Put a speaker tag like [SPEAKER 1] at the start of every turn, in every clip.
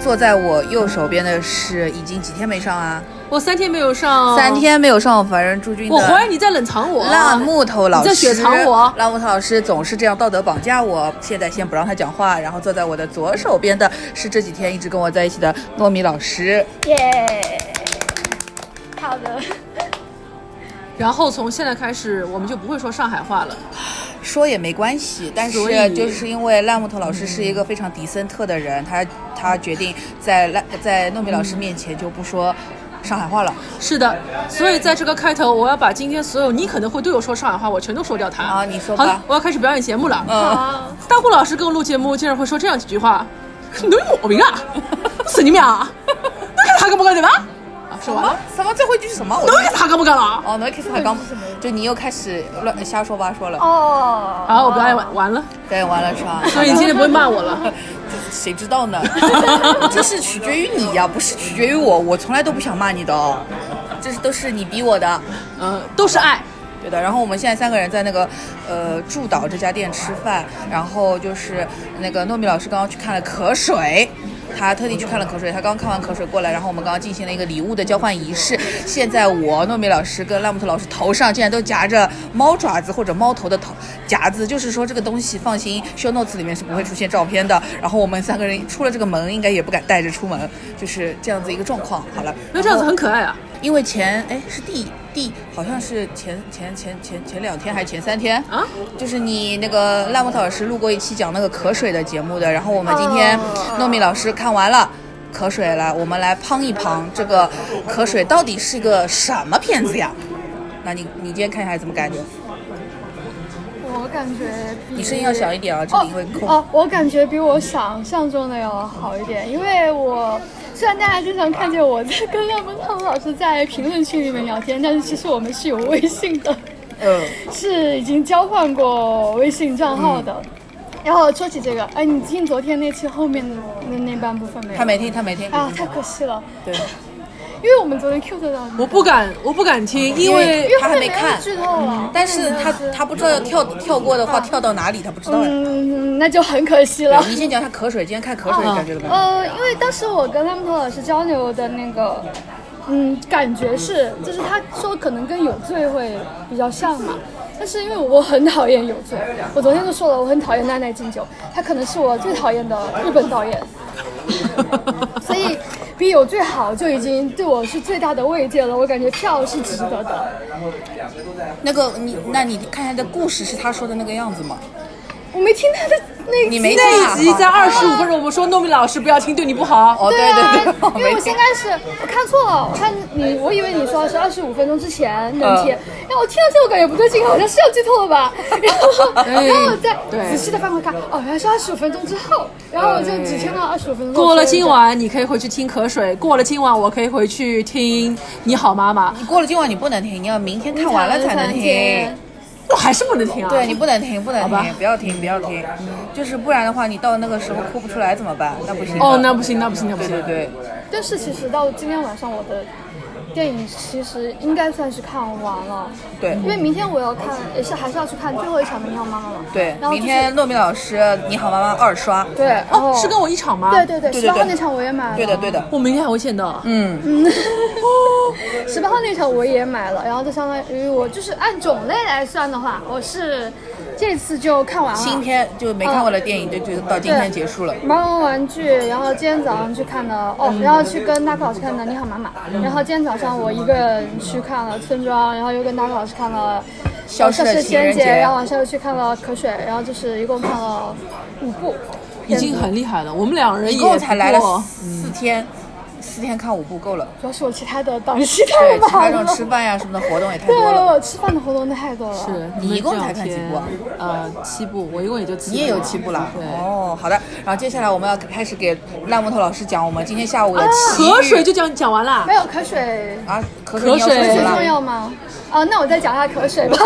[SPEAKER 1] 坐在我右手边的是已经几天没上啊，
[SPEAKER 2] 我三天没有上，
[SPEAKER 1] 三，天没有上樊仁朱军
[SPEAKER 2] 哦我怀
[SPEAKER 1] 的。
[SPEAKER 2] 疑你在冷藏我，
[SPEAKER 1] 烂木头老师，
[SPEAKER 2] 你在雪藏我
[SPEAKER 1] 烂木头老师总是这样道德绑架我。现在先不让他讲话，然后坐在我的左手边的是这几天一直跟我在一起的糯米老师。
[SPEAKER 3] 耶、好的，
[SPEAKER 2] 然后从现在开始，我们就不会说上海话了。
[SPEAKER 1] 说也没关系，但
[SPEAKER 2] 所
[SPEAKER 1] 是
[SPEAKER 2] 以
[SPEAKER 1] 就是因为烂木头老师是一个非常迪森特的人，他他决定在烂在糯米老师面前就不说上海话了
[SPEAKER 2] 是的，所以在这个开头，我要把今天所有你可能会对我说上海话，我全都说掉它。
[SPEAKER 1] 啊，你说
[SPEAKER 2] 好了
[SPEAKER 1] 吧，，
[SPEAKER 2] 我要开始表演节目了。
[SPEAKER 1] 嗯，
[SPEAKER 3] 好，
[SPEAKER 2] 大虎老师跟我录节目，竟然会说这样几 句话，你都有毛病啊！神经病啊！侬看他干不干对吧？啊，
[SPEAKER 1] 什
[SPEAKER 2] 说完
[SPEAKER 1] 么
[SPEAKER 2] 了，
[SPEAKER 1] 什么最后一句是什么？我
[SPEAKER 2] 侬看他干不干了？
[SPEAKER 1] 哦，那开始还刚就你又开始乱瞎说八说了，
[SPEAKER 3] 哦，
[SPEAKER 2] 好，我表演完完了，
[SPEAKER 1] 表演完了是吧？
[SPEAKER 2] 所以你今天不会骂我了。
[SPEAKER 1] 谁知道呢？ 这是取决于你呀、不是取决于我，我从来都不想骂你的哦，这是都是你逼我的。
[SPEAKER 2] 嗯，都是爱。
[SPEAKER 1] 对的，然后我们现在三个人在那个呃祝岛这家店吃饭，然后就是那个糯米老师刚刚去看了可水，他特地去看了可水，他刚看完可水过来，然后我们刚刚进行了一个礼物的交换仪式。现在我糯米老师跟烂木头老师头上竟然都夹着猫爪子或者猫头的头夹子，就是说这个东西放心，show notes 里面是不会出现照片的。然后我们三个人出了这个门，应该也不敢带着出门，就是这样子一个状况。好了，
[SPEAKER 2] 那这样子很可爱啊！
[SPEAKER 1] 因为前哎是第第好像是前前前前前两天还是前三天
[SPEAKER 2] 啊，
[SPEAKER 1] 就是你那个烂木头老师录过一期讲那个渴水的节目的，然后我们今天
[SPEAKER 3] 哦
[SPEAKER 1] 糯米老师看完了。渴水了，我们来胖一胖这个渴水到底是个什么片子呀？那你你今天看下来怎么感觉？
[SPEAKER 3] 我感觉比
[SPEAKER 1] 你声音要小一点啊，这
[SPEAKER 3] 哦
[SPEAKER 1] 里会空。
[SPEAKER 3] 哦，我感觉比我想象中的要好一点，因为我虽然大家经常看见我在跟廖文涛老师在评论区里面聊天，但是其实我们是有微信的，哦
[SPEAKER 1] 嗯，
[SPEAKER 3] 是已经交换过微信账号的。
[SPEAKER 1] 嗯
[SPEAKER 3] 然后说起这个，哎，你听昨天那期后面的那那半部分没有？
[SPEAKER 1] 他没听，他没听。
[SPEAKER 3] 啊，太可惜了，
[SPEAKER 1] 对，
[SPEAKER 3] 因为我们昨天 Q 得到你，
[SPEAKER 2] 我不敢，我不敢听，因
[SPEAKER 1] 因
[SPEAKER 2] 为
[SPEAKER 3] 因为
[SPEAKER 1] 他还
[SPEAKER 3] 后
[SPEAKER 1] 没
[SPEAKER 3] 面有
[SPEAKER 1] 看嗯
[SPEAKER 3] 剧透啊了，
[SPEAKER 1] 但是他
[SPEAKER 3] 后面没有剧
[SPEAKER 1] 他不知道要跳跳过的话跳到哪里，他不知道呀。
[SPEAKER 3] 嗯，那就很可惜了
[SPEAKER 1] 对。你先讲一下渴水，今天看渴水的感觉怎么样？
[SPEAKER 3] 呃，因为当时我跟他们头老师交流的那个，嗯，感觉是，就是他说可能跟有罪会比较像嘛。但是因为我很讨厌有罪，我昨天就说了，我很讨厌奈奈敬久，他可能是我最讨厌的日本导演，所 以比有罪好就已经对我是最大的慰藉了。我感觉票是值得的。
[SPEAKER 1] 那个你，那你看他的故事是他说的那个样子吗？
[SPEAKER 3] 我没听他的那
[SPEAKER 1] 你 没
[SPEAKER 2] 那一集在二十五分钟，我们说糯米老师不要听，对你不好。
[SPEAKER 1] 哦， 对对对，
[SPEAKER 3] 啊，因 为
[SPEAKER 1] 没听
[SPEAKER 3] 我先。开始我看错了，我看你，我以为你说的是二十五分钟之前能贴，
[SPEAKER 1] 嗯
[SPEAKER 3] 然后我听到这我感觉不对劲，好像是要剧透了吧？ 然后，然后我再
[SPEAKER 2] 对
[SPEAKER 3] 仔细的翻回看，哦，原来是二十五分钟之后，然后我就只听到二十五分钟。
[SPEAKER 2] 过了今，晚，你可以回去听可水；过了今晚，我可以回去听你好妈妈。
[SPEAKER 1] 你过了今晚你不能听，你要明天看完了才能听。。
[SPEAKER 2] 我还是不能听啊！
[SPEAKER 1] 对你不能听，不能
[SPEAKER 2] 好
[SPEAKER 1] 听
[SPEAKER 2] 吧，
[SPEAKER 1] 不要听，不要听，就是不然的话，你到那个时候哭不出来怎么办？那不行的。
[SPEAKER 2] 哦，那不行，那不行，那不
[SPEAKER 1] 对
[SPEAKER 2] 行。
[SPEAKER 1] 对对，
[SPEAKER 3] 但是其实到今天晚上，我的电影其实应该算是看完了，
[SPEAKER 1] 对
[SPEAKER 3] 因为明天我要看，也是还是要去看最后一场的《喵妈妈》了。
[SPEAKER 1] 对
[SPEAKER 3] 然，后
[SPEAKER 1] 明
[SPEAKER 3] 就是
[SPEAKER 1] 天糯米老师《你好妈妈》二刷。
[SPEAKER 3] 对，然后
[SPEAKER 2] 哦，是跟我一场吗？
[SPEAKER 3] 对对
[SPEAKER 1] 对
[SPEAKER 3] 对，
[SPEAKER 1] 对
[SPEAKER 3] 十八号
[SPEAKER 1] 对
[SPEAKER 3] 那场我也买了。
[SPEAKER 1] 对的对的，
[SPEAKER 2] 我明天还会见到。
[SPEAKER 1] 嗯，
[SPEAKER 3] 十八号那场我也买了，然后就相当于我就是按种类来算的话，我是这次就看完了。
[SPEAKER 1] 今天就没看过的电影就就到今天结束了。
[SPEAKER 3] 忙完玩具，然后今天早上去看的哦，然后去跟大可老师看的《你好妈妈》，然后今天早上我一个人去看了《村庄》，然后又跟大可老师看了呃《
[SPEAKER 1] 消失的情人
[SPEAKER 3] 人
[SPEAKER 1] 节
[SPEAKER 3] 然后晚上又去看了《渴水》，然后就是一共看了五部。
[SPEAKER 2] 已经很厉害了。我们两人
[SPEAKER 1] 一
[SPEAKER 2] 也
[SPEAKER 1] 共才来了
[SPEAKER 2] 不过
[SPEAKER 1] 四天，四天看五部够了。
[SPEAKER 3] 主要是我其他的档期太
[SPEAKER 1] 对，其他
[SPEAKER 3] 忙
[SPEAKER 1] 这种
[SPEAKER 3] 了，
[SPEAKER 1] 吃饭呀什么的活动也太
[SPEAKER 3] 对，
[SPEAKER 1] 多了。
[SPEAKER 3] 我吃饭的活动太多了。
[SPEAKER 2] 是
[SPEAKER 1] 哦你一共才看几部啊
[SPEAKER 2] 啊？呃，七部，我一共也就七部。
[SPEAKER 1] 你也有七部啦。
[SPEAKER 2] 对。
[SPEAKER 1] 哦，好的。然后接下来我们要开始给烂木头老师讲我们今天下午的奇遇
[SPEAKER 2] 河水就讲讲完了
[SPEAKER 3] 没。有《渴水》
[SPEAKER 1] 啊，可
[SPEAKER 2] 可
[SPEAKER 1] 水你要
[SPEAKER 2] 水
[SPEAKER 1] 说
[SPEAKER 3] 这
[SPEAKER 1] 什
[SPEAKER 3] 重
[SPEAKER 1] 么了？
[SPEAKER 3] 要吗？啊，那我再讲一下 口水吧。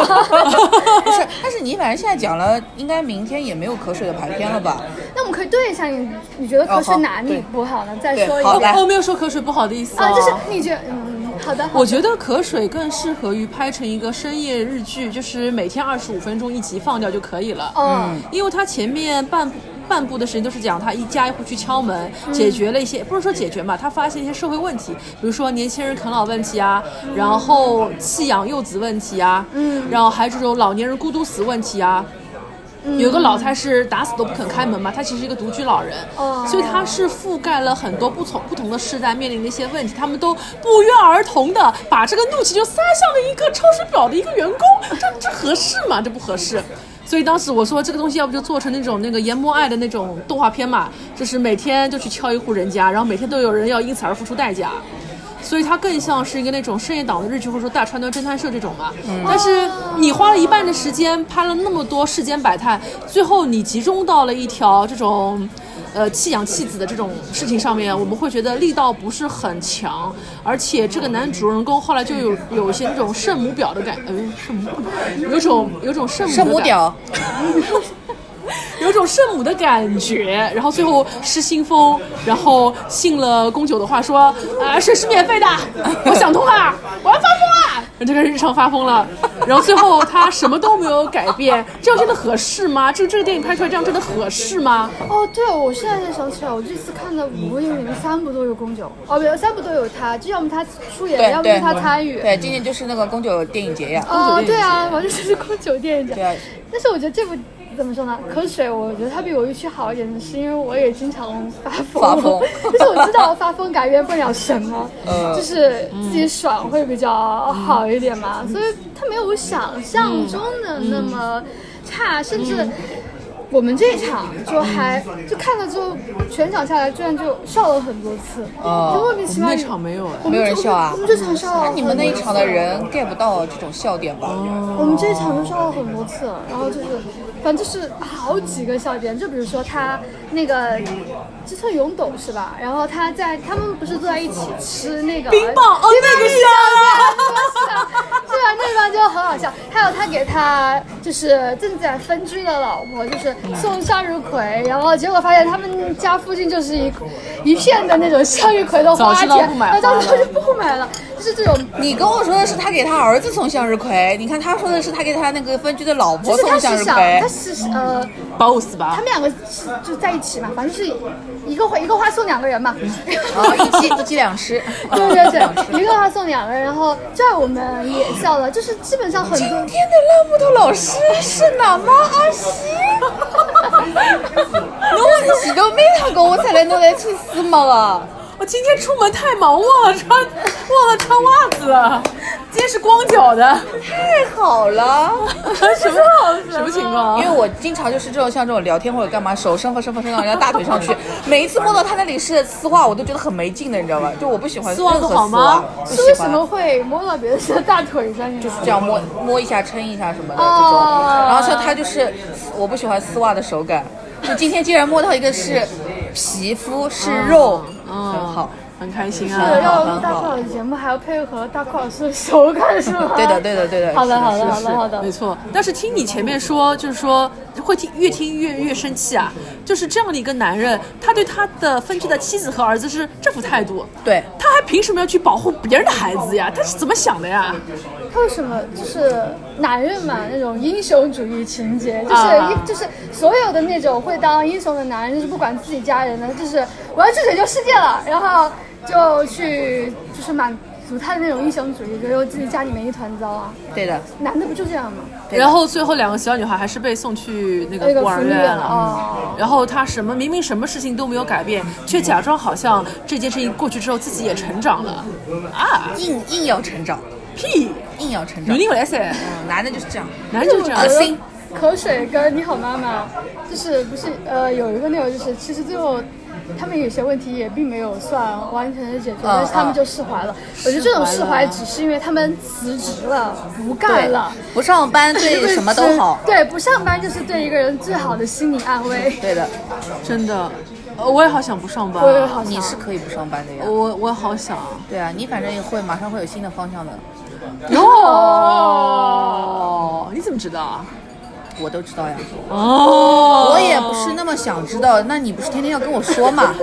[SPEAKER 1] 不是，但是你反正现在讲了，应该明天也没有可水的排片了吧？
[SPEAKER 3] 那我们可以对一下你，你觉得口水哪里不好呢？再说
[SPEAKER 1] 哦好
[SPEAKER 3] 一
[SPEAKER 1] 来
[SPEAKER 3] 遍
[SPEAKER 2] 哦我没有说口水不好的意思
[SPEAKER 3] 啊，
[SPEAKER 2] 哦。
[SPEAKER 3] 就是你觉得，嗯，好的，
[SPEAKER 2] 我
[SPEAKER 3] 好的
[SPEAKER 2] 觉得可水更适合于拍成一个深夜日剧，就是每天二十五分钟一集放掉就可以了。
[SPEAKER 3] 哦，
[SPEAKER 1] 嗯
[SPEAKER 2] 因为它前面半半部的时间都是讲他一家一户去敲门，
[SPEAKER 3] 嗯
[SPEAKER 2] 解决了一些不是说解决嘛，他发现一些社会问题，比如说年轻人啃老问题啊，然后弃养幼子问题啊，
[SPEAKER 3] 嗯
[SPEAKER 2] 然后还有这种老年人孤独死问题啊。有一个老太是打死都不肯开门嘛，她其实是一个独居老人，
[SPEAKER 3] 哦
[SPEAKER 2] 所以她是覆盖了很多不同不同的世代面临的一些问题，他们都不约而同的把这个怒气就撒向了一个超时表的一个员工，这这合适吗？这不合适。所以当时我说这个东西要不就做成那种那个研磨爱的那种动画片嘛，就是每天就去敲一户人家，然后每天都有人要因此而付出代价。所以它更像是一个那种深夜档的日剧，或者说大川端侦探社这种嘛。但是你花了一半的时间拍了那么多世间百态，最后你集中到了一条这种。呃，弃养弃子的这种事情上面，我们会觉得力道不是很强，而且这个男主人公后来就有有一些那种圣母婊的感，呃，圣母，有种有种圣母的
[SPEAKER 1] 圣母
[SPEAKER 2] 感
[SPEAKER 1] 屌，
[SPEAKER 2] 有种圣母的感觉，然后最后失心疯，然后信了宫九的话说，啊，水是免费的， 我想通了，我要发疯了，然后就开始日常发疯了，然后最后他什么都没有改变，这样真的合适吗？这这个电影拍出来这样真的合适吗？
[SPEAKER 3] 哦，对，我现在才想起来，我这次看的五部电影里面三部都有宫九，哦，不，三部都有他，就要么他出演，
[SPEAKER 1] 对
[SPEAKER 3] 要么
[SPEAKER 1] 对
[SPEAKER 3] 是他参与。
[SPEAKER 1] 对，今年就是那个宫九电影节呀。
[SPEAKER 3] 哦，对啊，完全是宫九电影
[SPEAKER 1] 对啊
[SPEAKER 3] 节。但是我觉得这部怎么说呢？可水，我觉得它比我预期好一点的是，因为我也经常发疯，
[SPEAKER 1] 发疯
[SPEAKER 3] 就是我知道发疯改变不了什么，
[SPEAKER 1] 嗯
[SPEAKER 3] 就是自己爽会比较好一点嘛，所以它没有我想象
[SPEAKER 1] 嗯
[SPEAKER 3] 中的那么差，甚至。我们这一场就还
[SPEAKER 1] 嗯
[SPEAKER 3] 就看了之后，全场下来居然就笑了很多次，
[SPEAKER 1] 哦
[SPEAKER 3] 就莫名
[SPEAKER 2] 我
[SPEAKER 3] 其
[SPEAKER 2] 们
[SPEAKER 3] 妙
[SPEAKER 2] 那
[SPEAKER 3] 有。
[SPEAKER 2] 场没有哎，
[SPEAKER 3] 我们
[SPEAKER 1] 没有人
[SPEAKER 3] 就
[SPEAKER 1] 笑啊
[SPEAKER 3] 我们这场笑了。
[SPEAKER 1] 你们那一场的人 get 不到这种笑点吧？
[SPEAKER 3] 我们这一场就刷了很多次，然后就是，反正就是好几个笑点，就比如说他那个，这算永斗是吧？然后他在他们不是坐在一起吃那个
[SPEAKER 2] 冰棒哦，那个
[SPEAKER 3] 是
[SPEAKER 2] 笑
[SPEAKER 3] 啊，对啊，那段就很好笑。还有他给他就是正在分居的老婆，就是送向日葵，然后结果发现他们家附近就是一一片的那种向日葵的花
[SPEAKER 2] 早知
[SPEAKER 3] 田，
[SPEAKER 2] 道不买
[SPEAKER 3] 然后到
[SPEAKER 2] 花
[SPEAKER 3] 时候就不买了，就是这种。
[SPEAKER 1] 你跟我说的是他给他儿子送向日葵，你看他说的是他给他那个分居的老
[SPEAKER 3] 就
[SPEAKER 1] 婆
[SPEAKER 3] 是
[SPEAKER 1] 送
[SPEAKER 3] 他
[SPEAKER 1] 向日
[SPEAKER 3] 是想，
[SPEAKER 1] 葵
[SPEAKER 3] 他。是呃，
[SPEAKER 2] ，boss
[SPEAKER 3] 他
[SPEAKER 2] 吧
[SPEAKER 3] 们，两个是就在一起嘛，反正就是一个花一个花送两个人嘛。
[SPEAKER 1] 然后哦一鸡一鸡两 吃，
[SPEAKER 3] 对对对，一个花送两个人，然后这儿我们也笑了，就是基本上很
[SPEAKER 1] 今
[SPEAKER 3] 多。
[SPEAKER 1] 天的烂木头老师是哪妈阿西？侬是前头每趟跟我出来，侬来穿丝袜啊？
[SPEAKER 2] 我今天出门太忙，忘了穿忘了穿袜子了，今天是光脚的，
[SPEAKER 1] 太好了，
[SPEAKER 2] 什么什么情况
[SPEAKER 1] 因？为我经常 就是这种像这种聊天或者干嘛，手伸发伸发伸到人家大腿 上去，每一次摸到他那里是丝袜，我都觉得很没劲的，你知道吧？就我不喜欢
[SPEAKER 2] 丝袜
[SPEAKER 1] 任
[SPEAKER 2] 不
[SPEAKER 1] 何
[SPEAKER 2] 好
[SPEAKER 1] 丝
[SPEAKER 2] 吗
[SPEAKER 1] 袜，不
[SPEAKER 3] 是为
[SPEAKER 1] 喜
[SPEAKER 3] 什
[SPEAKER 1] 欢。
[SPEAKER 3] 么会摸到别人的大腿上？啊你知道吗
[SPEAKER 1] 这样摸摸一下、撑一下什么的这种。
[SPEAKER 3] 哦
[SPEAKER 1] 然后像他就是，我不喜欢丝袜的手感。就今天竟然摸到一个是皮肤是肉，
[SPEAKER 2] 嗯
[SPEAKER 1] 很好。
[SPEAKER 2] 很开心
[SPEAKER 3] 对，
[SPEAKER 2] 啊。
[SPEAKER 1] 好
[SPEAKER 3] 要大块老师节目还要配合大块老师的手感是吗？
[SPEAKER 1] 对的，对的，对的。
[SPEAKER 3] 好的，
[SPEAKER 1] 是
[SPEAKER 3] 好的，
[SPEAKER 1] 是
[SPEAKER 3] 好的，好的
[SPEAKER 2] 没。错，但是听你前面说，就是说会听越听越越生气啊，就是这样的一个男人，他对他的分居的妻子和儿子是这副态度，
[SPEAKER 1] 对，
[SPEAKER 2] 他还凭什么要去保护别人的孩子呀？他是怎么想的呀？
[SPEAKER 3] 他为什么就是男人嘛，那种英雄主义情节，就是
[SPEAKER 2] 啊
[SPEAKER 3] 一、就是所有的那种会当英雄的男人，就是不管自己家人的，就是我要去拯救世界了，然后就去就是满足他的那种英雄主义，觉得自己家里面一团糟啊，
[SPEAKER 1] 对的。
[SPEAKER 3] 男的不就这样吗？
[SPEAKER 1] 对的
[SPEAKER 2] 然后最后两个小女孩还是被送去那
[SPEAKER 3] 那
[SPEAKER 2] 个
[SPEAKER 3] 个
[SPEAKER 2] 孤儿
[SPEAKER 3] 福利
[SPEAKER 2] 院
[SPEAKER 3] 院
[SPEAKER 2] 了。嗯
[SPEAKER 3] 了哦。
[SPEAKER 2] 然后他什么明明什么事情都没有改变，却假装好像这件事情过去之后自己也成长了啊！
[SPEAKER 1] 硬硬要成长，
[SPEAKER 2] 屁，
[SPEAKER 1] 硬要成
[SPEAKER 2] 努
[SPEAKER 1] 长。
[SPEAKER 2] 力回来噻，
[SPEAKER 1] 嗯，男的就是这样。
[SPEAKER 2] 男人就是
[SPEAKER 3] 哎
[SPEAKER 2] 这样
[SPEAKER 1] 恶。心。
[SPEAKER 3] 口水跟你好妈妈，就是不是呃有一个那种就是其实最后。他们有些问题也并没有算完全的解决，但是他们就释怀了。我觉得这种释怀只是因为他们辞职了，不干
[SPEAKER 1] 对
[SPEAKER 3] 了，，。
[SPEAKER 1] 不上 班对什么都好
[SPEAKER 3] 对，不上班就是对一个人最好的心理安慰。
[SPEAKER 1] 对的，
[SPEAKER 2] 真的，呃我也好想不上班
[SPEAKER 3] 我，也好
[SPEAKER 1] 你
[SPEAKER 3] 想，
[SPEAKER 1] 是可以不上班的呀。
[SPEAKER 2] 我我好想。
[SPEAKER 1] 哦对啊，你反正也会马上会有新的方向的，
[SPEAKER 2] 哟，你怎么知道啊？
[SPEAKER 1] 我都知道呀。
[SPEAKER 2] 哦
[SPEAKER 1] 我也不是那么想知 道，那你不是天天要跟我说嘛？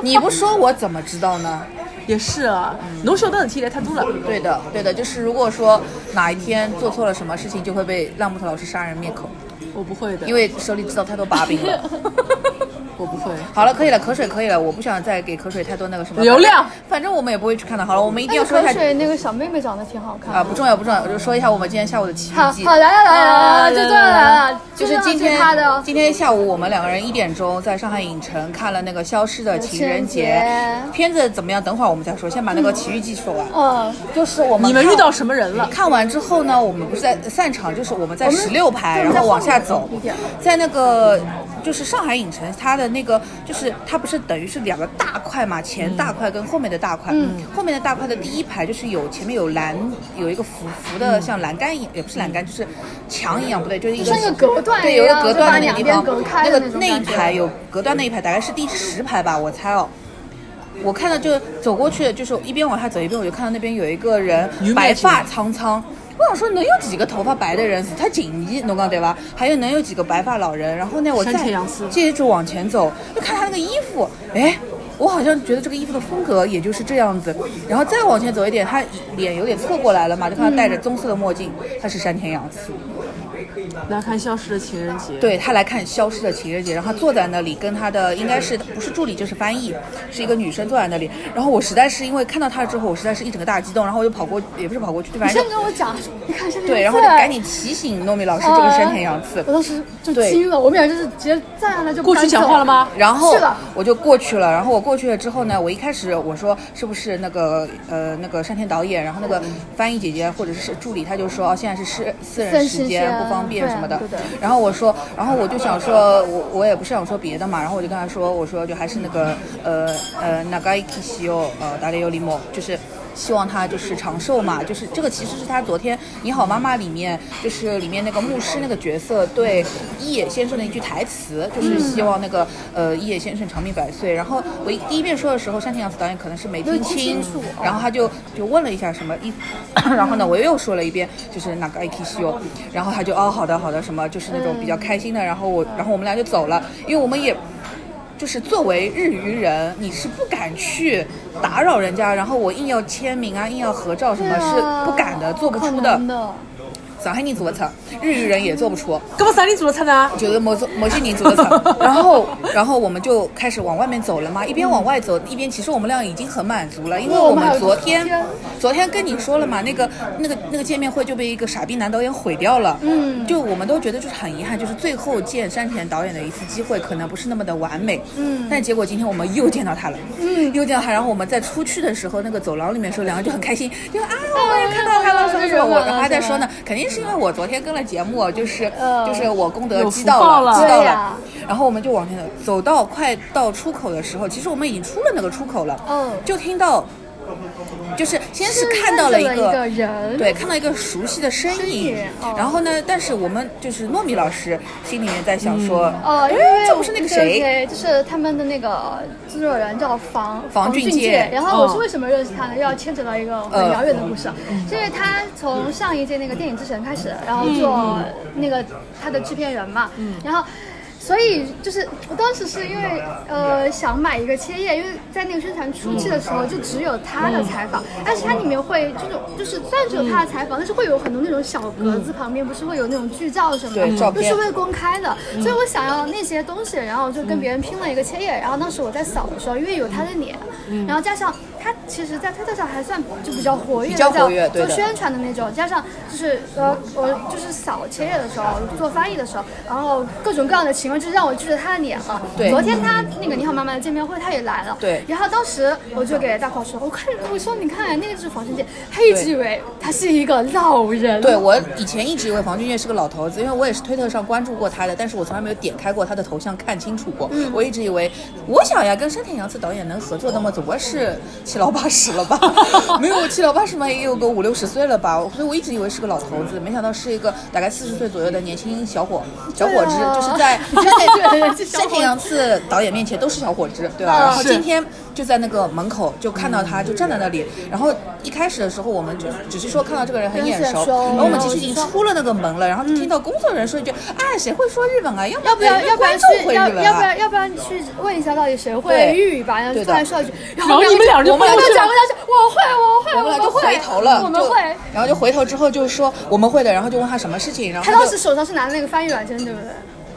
[SPEAKER 1] 你不说我怎么知道呢？
[SPEAKER 2] 也是啊，能学到的题来太多了。
[SPEAKER 1] 对的，对的，就是如果说哪一天做错了什么事情，就会被烂木头老师杀人灭口，
[SPEAKER 2] 我不会的，
[SPEAKER 1] 因为手里知道太多把柄 了。
[SPEAKER 2] 我不会。
[SPEAKER 1] 好了，可以了，口水可以了，我不想再给口水太多那个什么
[SPEAKER 2] 流量，
[SPEAKER 1] 反正我们也不会去看的。好了，我们一定要
[SPEAKER 3] 那
[SPEAKER 1] 说
[SPEAKER 3] 个
[SPEAKER 1] 一
[SPEAKER 3] 口
[SPEAKER 1] 下
[SPEAKER 3] 水那个小妹妹长得挺好看的。
[SPEAKER 1] 啊，不重要不重要，我就说一下我们今天下午的奇遇
[SPEAKER 3] 好
[SPEAKER 1] 记。
[SPEAKER 3] 好，来了来了来了，最重要的来了，
[SPEAKER 1] 就是今
[SPEAKER 3] 最重
[SPEAKER 1] 天
[SPEAKER 3] 要的是她的哦
[SPEAKER 1] 今天下午我们两个人一点钟在上海影城看了那个《消失的情人节
[SPEAKER 3] 情人》节
[SPEAKER 1] 片子怎么样？等会儿我们再说，先把那个奇遇记说完。
[SPEAKER 3] 嗯，
[SPEAKER 1] 就是我们
[SPEAKER 2] 你们
[SPEAKER 1] 看
[SPEAKER 2] 遇到什么人了？
[SPEAKER 1] 看完之后呢，我们不是在散场，就是我们在
[SPEAKER 3] 我们
[SPEAKER 1] 十六排，
[SPEAKER 3] 对
[SPEAKER 1] 然后往下
[SPEAKER 3] 在后
[SPEAKER 1] 走
[SPEAKER 3] 面一点，
[SPEAKER 1] 在那个就是上海影城，它的那个就是它不是等于是两个大块嘛，前大块跟后面的大块，
[SPEAKER 3] 嗯
[SPEAKER 1] 后面的大块的第一排就是有前面有栏，有一个浮浮的像栏杆一，也不是栏杆，就是墙一样，不对，就是一个
[SPEAKER 3] 嗯就像个隔断
[SPEAKER 1] 对，
[SPEAKER 3] 一
[SPEAKER 1] 有一个
[SPEAKER 3] 样
[SPEAKER 1] 隔
[SPEAKER 3] 就
[SPEAKER 1] 断
[SPEAKER 3] 把
[SPEAKER 1] 的那
[SPEAKER 3] 两
[SPEAKER 1] 个地
[SPEAKER 3] 边
[SPEAKER 1] 方
[SPEAKER 3] 隔，开
[SPEAKER 1] 那
[SPEAKER 3] 的
[SPEAKER 1] 个
[SPEAKER 3] 那种
[SPEAKER 1] 那一
[SPEAKER 3] 感觉
[SPEAKER 1] 排有隔断那一排，大概是第十排吧，我猜哦。我看到就走过去，就是一边往下走，一边我就看到那边有一个人
[SPEAKER 2] 女美
[SPEAKER 1] 白
[SPEAKER 2] 景
[SPEAKER 1] 发苍苍。我想说，能有几个头发白的人除他锦衣，侬讲对吧？还有能有几个白发老人？然后呢，我
[SPEAKER 2] 山
[SPEAKER 1] 再
[SPEAKER 2] 田洋次
[SPEAKER 1] 接着往前走，就看他那个衣服，哎，我好像觉得这个衣服的风格也就是这样子。然后再往前走一点，他脸有点侧过来了嘛，就看他戴着棕色的墨镜，他是山田洋次。
[SPEAKER 2] 来看《消失的情人节》。，
[SPEAKER 1] 对他来看《消失的情人节》，然后他坐在那里，跟他的应该是不是助理就是翻译，是一个女生坐在那里。然后我实在是因为看到他之后，我实在是一整个大激动，然后我就跑过，也不是跑过去，反
[SPEAKER 3] 你
[SPEAKER 1] 正
[SPEAKER 3] 先
[SPEAKER 1] 就
[SPEAKER 3] 跟我讲，你看是
[SPEAKER 1] 对，然后就赶紧提醒糯米老师这个山田洋次
[SPEAKER 3] 我。当时就
[SPEAKER 1] 对
[SPEAKER 3] 惊了，我们俩就是直接站下来就不
[SPEAKER 2] 过去
[SPEAKER 3] 敢
[SPEAKER 2] 讲
[SPEAKER 3] 走
[SPEAKER 2] 话了吗？
[SPEAKER 1] 然后
[SPEAKER 3] 去了
[SPEAKER 1] 我就过去了，然后我过去了之后呢，我一开始我说是不是那个呃那个山田导演，然后那个翻译姐姐或者是助理，她就说哦现在是私私
[SPEAKER 3] 嗯私
[SPEAKER 1] 人
[SPEAKER 3] 人
[SPEAKER 1] 时
[SPEAKER 3] 时
[SPEAKER 1] 间
[SPEAKER 3] 间
[SPEAKER 1] 不方便
[SPEAKER 3] 对啊
[SPEAKER 1] 什么的
[SPEAKER 3] 对的。
[SPEAKER 1] 然后我说，然后我就想说，我我也不是想说别的嘛，然后我就跟她说，我说就还是那个呃呃那个伊基西欧呃达里尤里莫，就是。希望她就是长寿嘛，就是这个其实是她昨天《你好妈妈》里面，就是里面那个牧师那个角色对一野先生的一句台词，就是希望那个呃一野先生长命百岁。然后我一第一遍说的时候，山田洋子导演可能是没听
[SPEAKER 3] 没听
[SPEAKER 1] 清
[SPEAKER 3] 清楚哦
[SPEAKER 1] 然后他就就问了一下什么一， 然后呢我又说了一遍就是哪个 i k i s h 然后他就哦好的好的什么就是那种比较开心的，然后我然后我们俩就走了，因为我们也。就是作为日语人，你是不敢去打扰人家，然后我硬要签名啊，硬要合照什么，是不敢的，做不出啊的
[SPEAKER 3] 啊的。。
[SPEAKER 1] 上海人做不出，日语人也做不出。
[SPEAKER 2] 那么三里组的菜单，
[SPEAKER 1] 就是某种某些民族的场，然后然后我们就开始往外面走了嘛，一边往外走，一边其实我们俩已经很满足了，因为
[SPEAKER 3] 哇
[SPEAKER 1] 我
[SPEAKER 3] 我们还
[SPEAKER 1] 们
[SPEAKER 3] 有
[SPEAKER 1] 昨天
[SPEAKER 3] 天
[SPEAKER 1] 昨天跟你说了嘛，那个那个那个见面会就被一个傻逼男导演毁掉了，嗯，就我们都觉得就是很遗憾，就是最后见山田导演的一次机会可能不是那么的完美，嗯，但结果今天我们又见到他了，嗯，又见到他，然后我们在出去的时候，那个走廊里面的时候，两个人就很开心，就啊我也看到他了什么什么，我然后还在说呢，肯定是哦因为我昨天跟了节目，就是
[SPEAKER 3] 嗯
[SPEAKER 1] 就是我功德
[SPEAKER 2] 有
[SPEAKER 1] 呃激
[SPEAKER 2] 福
[SPEAKER 1] 到
[SPEAKER 2] 报
[SPEAKER 1] 了，
[SPEAKER 2] 了
[SPEAKER 1] 激到
[SPEAKER 3] 对
[SPEAKER 1] 了
[SPEAKER 3] 呀。
[SPEAKER 1] 然后我们就往前走，走到快到出口的时候，其实我们已经出了那个出口了，
[SPEAKER 3] 嗯
[SPEAKER 1] 就听到，就是先是
[SPEAKER 3] 是
[SPEAKER 1] 看到了一
[SPEAKER 3] 认识了一
[SPEAKER 1] 个
[SPEAKER 3] 个人
[SPEAKER 1] 对，看到一个熟悉的身
[SPEAKER 3] 身
[SPEAKER 1] 影
[SPEAKER 3] 影，哦
[SPEAKER 1] 然后呢，但是我们就是糯米老师心里面在想说，
[SPEAKER 3] 哦，因为
[SPEAKER 1] 哎这不是那个谁
[SPEAKER 3] 对，对就是他们的那个制作人叫房
[SPEAKER 1] 房俊
[SPEAKER 3] 俊
[SPEAKER 1] 介
[SPEAKER 3] 然后我
[SPEAKER 2] 哦
[SPEAKER 3] 是为什么认识他呢？又要牵扯到一个很遥远的故事，
[SPEAKER 1] 嗯
[SPEAKER 3] 啊，是因为他从上一届那个电影之神开始，然后做那个他的制片人嘛，
[SPEAKER 1] 嗯
[SPEAKER 3] 然后。所以就是呃我当时是因为呃想买一个切页，因为在那个宣传初期的时候就只有他的采
[SPEAKER 1] 嗯
[SPEAKER 3] 访，而且它里面会这种就是虽然只有他的采访，但是会有很多那种小格子旁边不是会有那种剧照什么的，
[SPEAKER 1] 对嗯照
[SPEAKER 3] 就
[SPEAKER 1] 片
[SPEAKER 3] 是会公开的，所以我想要那些东西，然后就跟别人拼了一个切页。
[SPEAKER 1] 嗯
[SPEAKER 3] 然后当时我在扫的时候，因为有他的脸，然后加上他其实，在推特上还算就比较活跃，
[SPEAKER 1] 比较活跃对
[SPEAKER 3] 做
[SPEAKER 1] 的
[SPEAKER 3] 宣传的那种，加上就是呃，我就是扫切页的时候，做翻译的时候，然后各种各样的情况，就是让我记着他的脸了。
[SPEAKER 1] 对
[SPEAKER 3] 昨天他那个你好妈妈的见面会，他也来了。
[SPEAKER 1] 对
[SPEAKER 3] 然后当时我就给大炮说，我看我说你看那个就是黄圣杰，他一直以为他是一个老人。
[SPEAKER 1] 对我以前一直以为房俊岳是个老头子，因为我也是推特上关注过他的，但是我从来没有点开过他的头像看清楚过。
[SPEAKER 3] 嗯
[SPEAKER 1] 我一直以为，我想呀，跟山田洋次导演能合作，那么总归是七老八十了吧？ 没有七老八十嘛，也有个五六十岁了吧？所以我一直以为是个老头子，没想到是一个大概四十岁左右的年轻小伙小伙子，
[SPEAKER 3] 对啊
[SPEAKER 1] 就是在就是申请洋次导演面前都是小伙子，
[SPEAKER 3] 啊
[SPEAKER 1] 对吧？然后今天就在那个门口就看到他，就站在那里。然后一开始的时候，我们就只是说看到这个人很眼熟，
[SPEAKER 3] 很眼熟
[SPEAKER 1] 然后我们其实已经出了那个门了。然后听到工作人员说一句：“哎，谁会说日本啊？要
[SPEAKER 3] 嗯要不
[SPEAKER 1] 然
[SPEAKER 3] 要？要不
[SPEAKER 1] 观
[SPEAKER 3] 然去
[SPEAKER 1] 众会
[SPEAKER 3] 要
[SPEAKER 1] 日本
[SPEAKER 3] 要不
[SPEAKER 1] 啊
[SPEAKER 3] 然要不然去问一下到底谁会
[SPEAKER 1] 对
[SPEAKER 3] 日语吧？然后
[SPEAKER 1] 对
[SPEAKER 3] 突
[SPEAKER 1] 的
[SPEAKER 3] 然说一句，然
[SPEAKER 2] 然后你们俩人就
[SPEAKER 3] 我们
[SPEAKER 2] 蹦
[SPEAKER 3] 俩
[SPEAKER 2] 过去
[SPEAKER 3] 就
[SPEAKER 2] 了
[SPEAKER 3] 讲不下去，我会我会
[SPEAKER 1] 我们俩就
[SPEAKER 3] 会
[SPEAKER 1] 回头了，
[SPEAKER 3] 我们
[SPEAKER 1] 就
[SPEAKER 3] 会。
[SPEAKER 1] 然后就回头之后就说我们会的，然后就问他什么事情，然后
[SPEAKER 3] 他
[SPEAKER 1] 就
[SPEAKER 3] 当时手上是拿那个翻译软件，对不对？